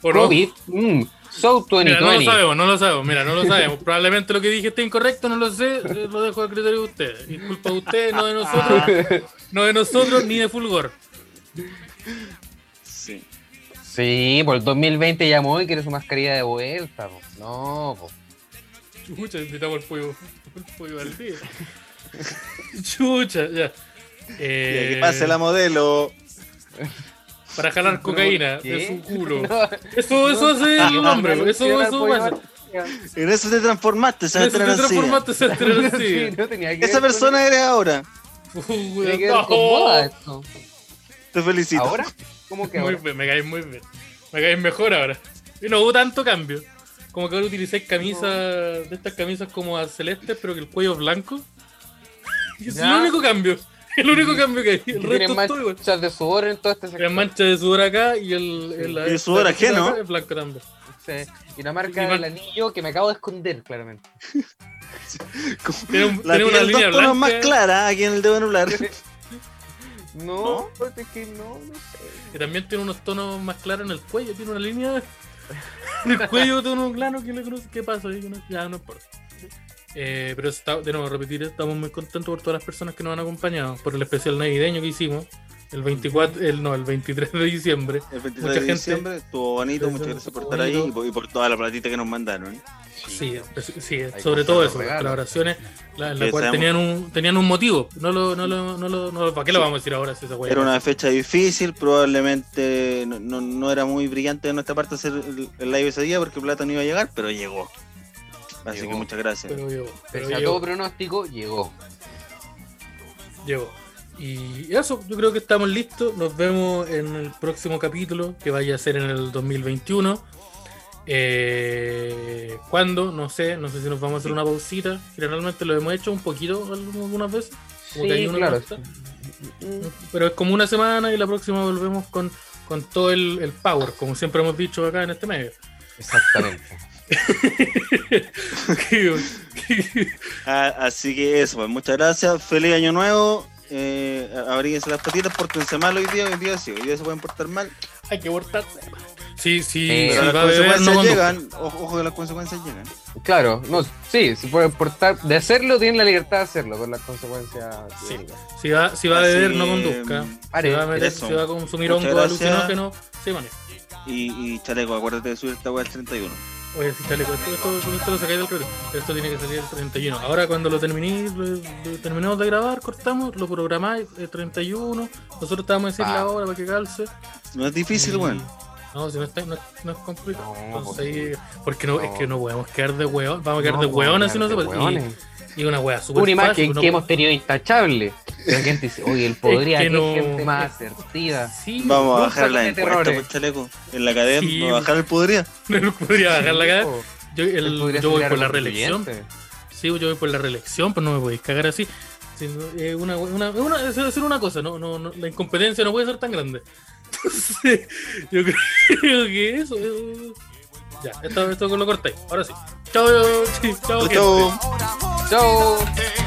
[SPEAKER 2] ¿O no?
[SPEAKER 1] COVID. mm, so
[SPEAKER 2] Mira, no lo
[SPEAKER 1] 2020.
[SPEAKER 2] sabemos, no lo sabemos. Mira, no lo sabemos. Probablemente lo que dije esté incorrecto, no lo sé. eh, Lo dejo a criterio de ustedes. Y culpa de ustedes, no de nosotros, no de nosotros ni de Fulgor.
[SPEAKER 3] Sí.
[SPEAKER 1] Sí, por el 2020 llamó y quiere su mascarilla de vuelta. po. No, po.
[SPEAKER 2] Chucha, invitamos al pollo, al pollo al día. Chucha, ya.
[SPEAKER 3] Y a
[SPEAKER 2] Eh,
[SPEAKER 3] que pase la modelo.
[SPEAKER 2] Para jalar cocaína
[SPEAKER 1] ¿Qué?
[SPEAKER 2] de su culo.
[SPEAKER 1] No,
[SPEAKER 2] Eso, eso hace el hombre,
[SPEAKER 1] no,
[SPEAKER 2] eso,
[SPEAKER 1] no,
[SPEAKER 2] eso
[SPEAKER 1] no,
[SPEAKER 2] pasa.
[SPEAKER 3] En eso te transformaste,
[SPEAKER 2] Eso
[SPEAKER 3] ¿sabes?
[SPEAKER 2] te transformaste, se
[SPEAKER 1] Sí,
[SPEAKER 2] transformaste.
[SPEAKER 1] no tenía que ver
[SPEAKER 3] Esa
[SPEAKER 1] con-
[SPEAKER 3] persona eres ahora.
[SPEAKER 1] tenía que ver con moda esto.
[SPEAKER 3] Te felicito.
[SPEAKER 1] ¿Ahora? ¿Cómo que
[SPEAKER 2] Muy
[SPEAKER 1] ahora?
[SPEAKER 2] bien, me caes muy bien. Me caes mejor ahora. Y no hubo tanto cambio. Como que ahora utilicé camisas, de estas camisas como a celestes, pero que el cuello es blanco. Y es
[SPEAKER 1] Ya. Mm.
[SPEAKER 2] el único cambio. El único cambio que hay. El resto
[SPEAKER 1] Tienen
[SPEAKER 2] es todo igual.
[SPEAKER 1] manchas de sudor en toda esta
[SPEAKER 2] La
[SPEAKER 1] sección.
[SPEAKER 2] mancha de sudor acá y el. el
[SPEAKER 3] Y el sudor
[SPEAKER 2] la-
[SPEAKER 3] ajeno.
[SPEAKER 2] acá Es blanco también.
[SPEAKER 1] Sí, Y la
[SPEAKER 2] Y
[SPEAKER 1] marca
[SPEAKER 2] man-
[SPEAKER 1] del anillo que me acabo de esconder, claramente.
[SPEAKER 2] Tiene, un-
[SPEAKER 3] La
[SPEAKER 2] tiene una
[SPEAKER 3] piel
[SPEAKER 2] línea blanca.
[SPEAKER 3] dos tonos más clara aquí en el dedo anular.
[SPEAKER 1] No, pues es que no, no sé.
[SPEAKER 2] Y también tiene unos tonos más claros en el cuello. Tiene una línea. En el cuello tiene unos claros que le cruz. ¿Qué pasa? ahí? Que no- Ya no importa. Eh, pero está, de nuevo, repetir, estamos muy contentos por todas las personas que nos han acompañado. Por el especial navideño que hicimos. El 24, el, no, el 23 de diciembre.
[SPEAKER 3] El
[SPEAKER 2] Mucha
[SPEAKER 3] 23 de
[SPEAKER 2] gente.
[SPEAKER 3] diciembre estuvo bonito,
[SPEAKER 2] Estuvo
[SPEAKER 3] muchas gracias por estar
[SPEAKER 2] bonito.
[SPEAKER 3] ahí y por, y por toda la platita que nos mandaron. ¿eh?
[SPEAKER 2] Sí, es- sí,
[SPEAKER 1] que
[SPEAKER 2] sobre
[SPEAKER 1] comprar
[SPEAKER 2] todo
[SPEAKER 1] los
[SPEAKER 2] eso,
[SPEAKER 1] regalos.
[SPEAKER 2] las oraciones, la, en la
[SPEAKER 3] Que
[SPEAKER 2] cual
[SPEAKER 3] seamos-
[SPEAKER 2] tenían un, tenían un motivo. No lo, no lo, no lo, no lo- ¿Para qué lo vamos a decir ahora si esa wea?
[SPEAKER 3] Era una fecha difícil, probablemente no, no- no era muy brillante de nuestra parte hacer el, el live ese día porque Plata no iba a llegar, pero llegó. Así
[SPEAKER 1] Llegó.
[SPEAKER 3] que muchas gracias.
[SPEAKER 2] Pero llegó, pero
[SPEAKER 1] Pese a
[SPEAKER 2] llegó,
[SPEAKER 1] todo pronóstico, llegó.
[SPEAKER 2] llegó. Y eso, yo creo que estamos listos. Nos vemos en el próximo capítulo, que vaya a ser en el 2021. Eh, ¿Cuándo? No sé, no sé si nos vamos a hacer una pausita. Generalmente lo hemos hecho un poquito algunas veces. Como que hay
[SPEAKER 1] Sí,
[SPEAKER 2] una
[SPEAKER 1] claro. Mm,
[SPEAKER 2] pausa. Pero es como una semana y la próxima volvemos con, con todo el, el power, como siempre hemos dicho acá en este medio.
[SPEAKER 1] Exactamente.
[SPEAKER 3] Ah, así que eso, pues, muchas gracias. Feliz año nuevo. Eh, abríguense las patitas, pórtense mal hoy día. Hoy día sí, hoy día se pueden portar mal.
[SPEAKER 2] Hay que abortarse. Sí, sí,
[SPEAKER 1] Eh,
[SPEAKER 2] sí,
[SPEAKER 3] Pero las
[SPEAKER 2] va a beber,
[SPEAKER 3] consecuencias
[SPEAKER 2] no conduzca.
[SPEAKER 3] llegan. Ojo, ojo que las consecuencias llegan.
[SPEAKER 1] Claro, no, sí, si pueden portar, de hacerlo tienen la libertad de hacerlo, con las consecuencias.
[SPEAKER 2] Sí.
[SPEAKER 1] técnicas.
[SPEAKER 2] Si va, si va a beber,
[SPEAKER 3] Así
[SPEAKER 2] no
[SPEAKER 3] que, mm,
[SPEAKER 2] conduzca. Si
[SPEAKER 1] Pare,
[SPEAKER 2] va a, meter-
[SPEAKER 3] eso.
[SPEAKER 2] si va a consumir
[SPEAKER 3] Muchas
[SPEAKER 2] hongos
[SPEAKER 3] gracias.
[SPEAKER 2] alucinógenos, se maneja.
[SPEAKER 3] Y, y chaleco, acuérdate de subir esta weá al 31.
[SPEAKER 2] Oye, si chaleco, esto, esto, esto lo sacáis del programa. Esto tiene que salir el 31. Ahora cuando lo terminéis, lo- lo terminemos de grabar, cortamos, lo programáis el 31. Nosotros te vamos a decir
[SPEAKER 1] Ah.
[SPEAKER 2] la hora para que calce.
[SPEAKER 3] No es difícil,
[SPEAKER 2] Y-
[SPEAKER 3] weón.
[SPEAKER 2] No, si no está, no, no es complicado.
[SPEAKER 1] No,
[SPEAKER 2] Entonces
[SPEAKER 1] pues,
[SPEAKER 2] ahí- porque no,
[SPEAKER 1] no.
[SPEAKER 2] es que no podemos quedar de hueón, vamos a quedar de hueones si no se puede.
[SPEAKER 1] puede.
[SPEAKER 2] Y, y una hueá súper
[SPEAKER 1] Una imagen
[SPEAKER 2] fácil,
[SPEAKER 1] que
[SPEAKER 2] una
[SPEAKER 1] hemos tenido intachable. La gente dice, oye, él podría
[SPEAKER 2] que
[SPEAKER 1] ser
[SPEAKER 2] no-
[SPEAKER 1] gente más asertiva.
[SPEAKER 2] Sí,
[SPEAKER 3] Vamos a
[SPEAKER 1] Nunca
[SPEAKER 3] bajar la
[SPEAKER 1] comete
[SPEAKER 3] encuesta,
[SPEAKER 1] errores.
[SPEAKER 3] pues, chaleco. En la academia,
[SPEAKER 2] Sí,
[SPEAKER 3] vamos a bajar el podría.
[SPEAKER 2] no podría bajar la cara.
[SPEAKER 1] Oh,
[SPEAKER 2] Yo, el-
[SPEAKER 1] él podría
[SPEAKER 2] yo voy
[SPEAKER 1] ser
[SPEAKER 2] por la
[SPEAKER 1] algo
[SPEAKER 2] reelección.
[SPEAKER 1] influyente.
[SPEAKER 2] Sí, yo voy por la reelección, pues no me podéis cagar así. Si no, eh, una, una, una- es decir, una cosa, no, no, no, la incompetencia no puede ser tan grande. Entonces, yo creo que eso. eh, ya, esto, esto lo cortáis. Ahora sí. Chao, sí, chao, gente.
[SPEAKER 3] Chau.
[SPEAKER 1] Chao.
[SPEAKER 4] Ahora, ahora,
[SPEAKER 1] Chao.
[SPEAKER 4] olvídate.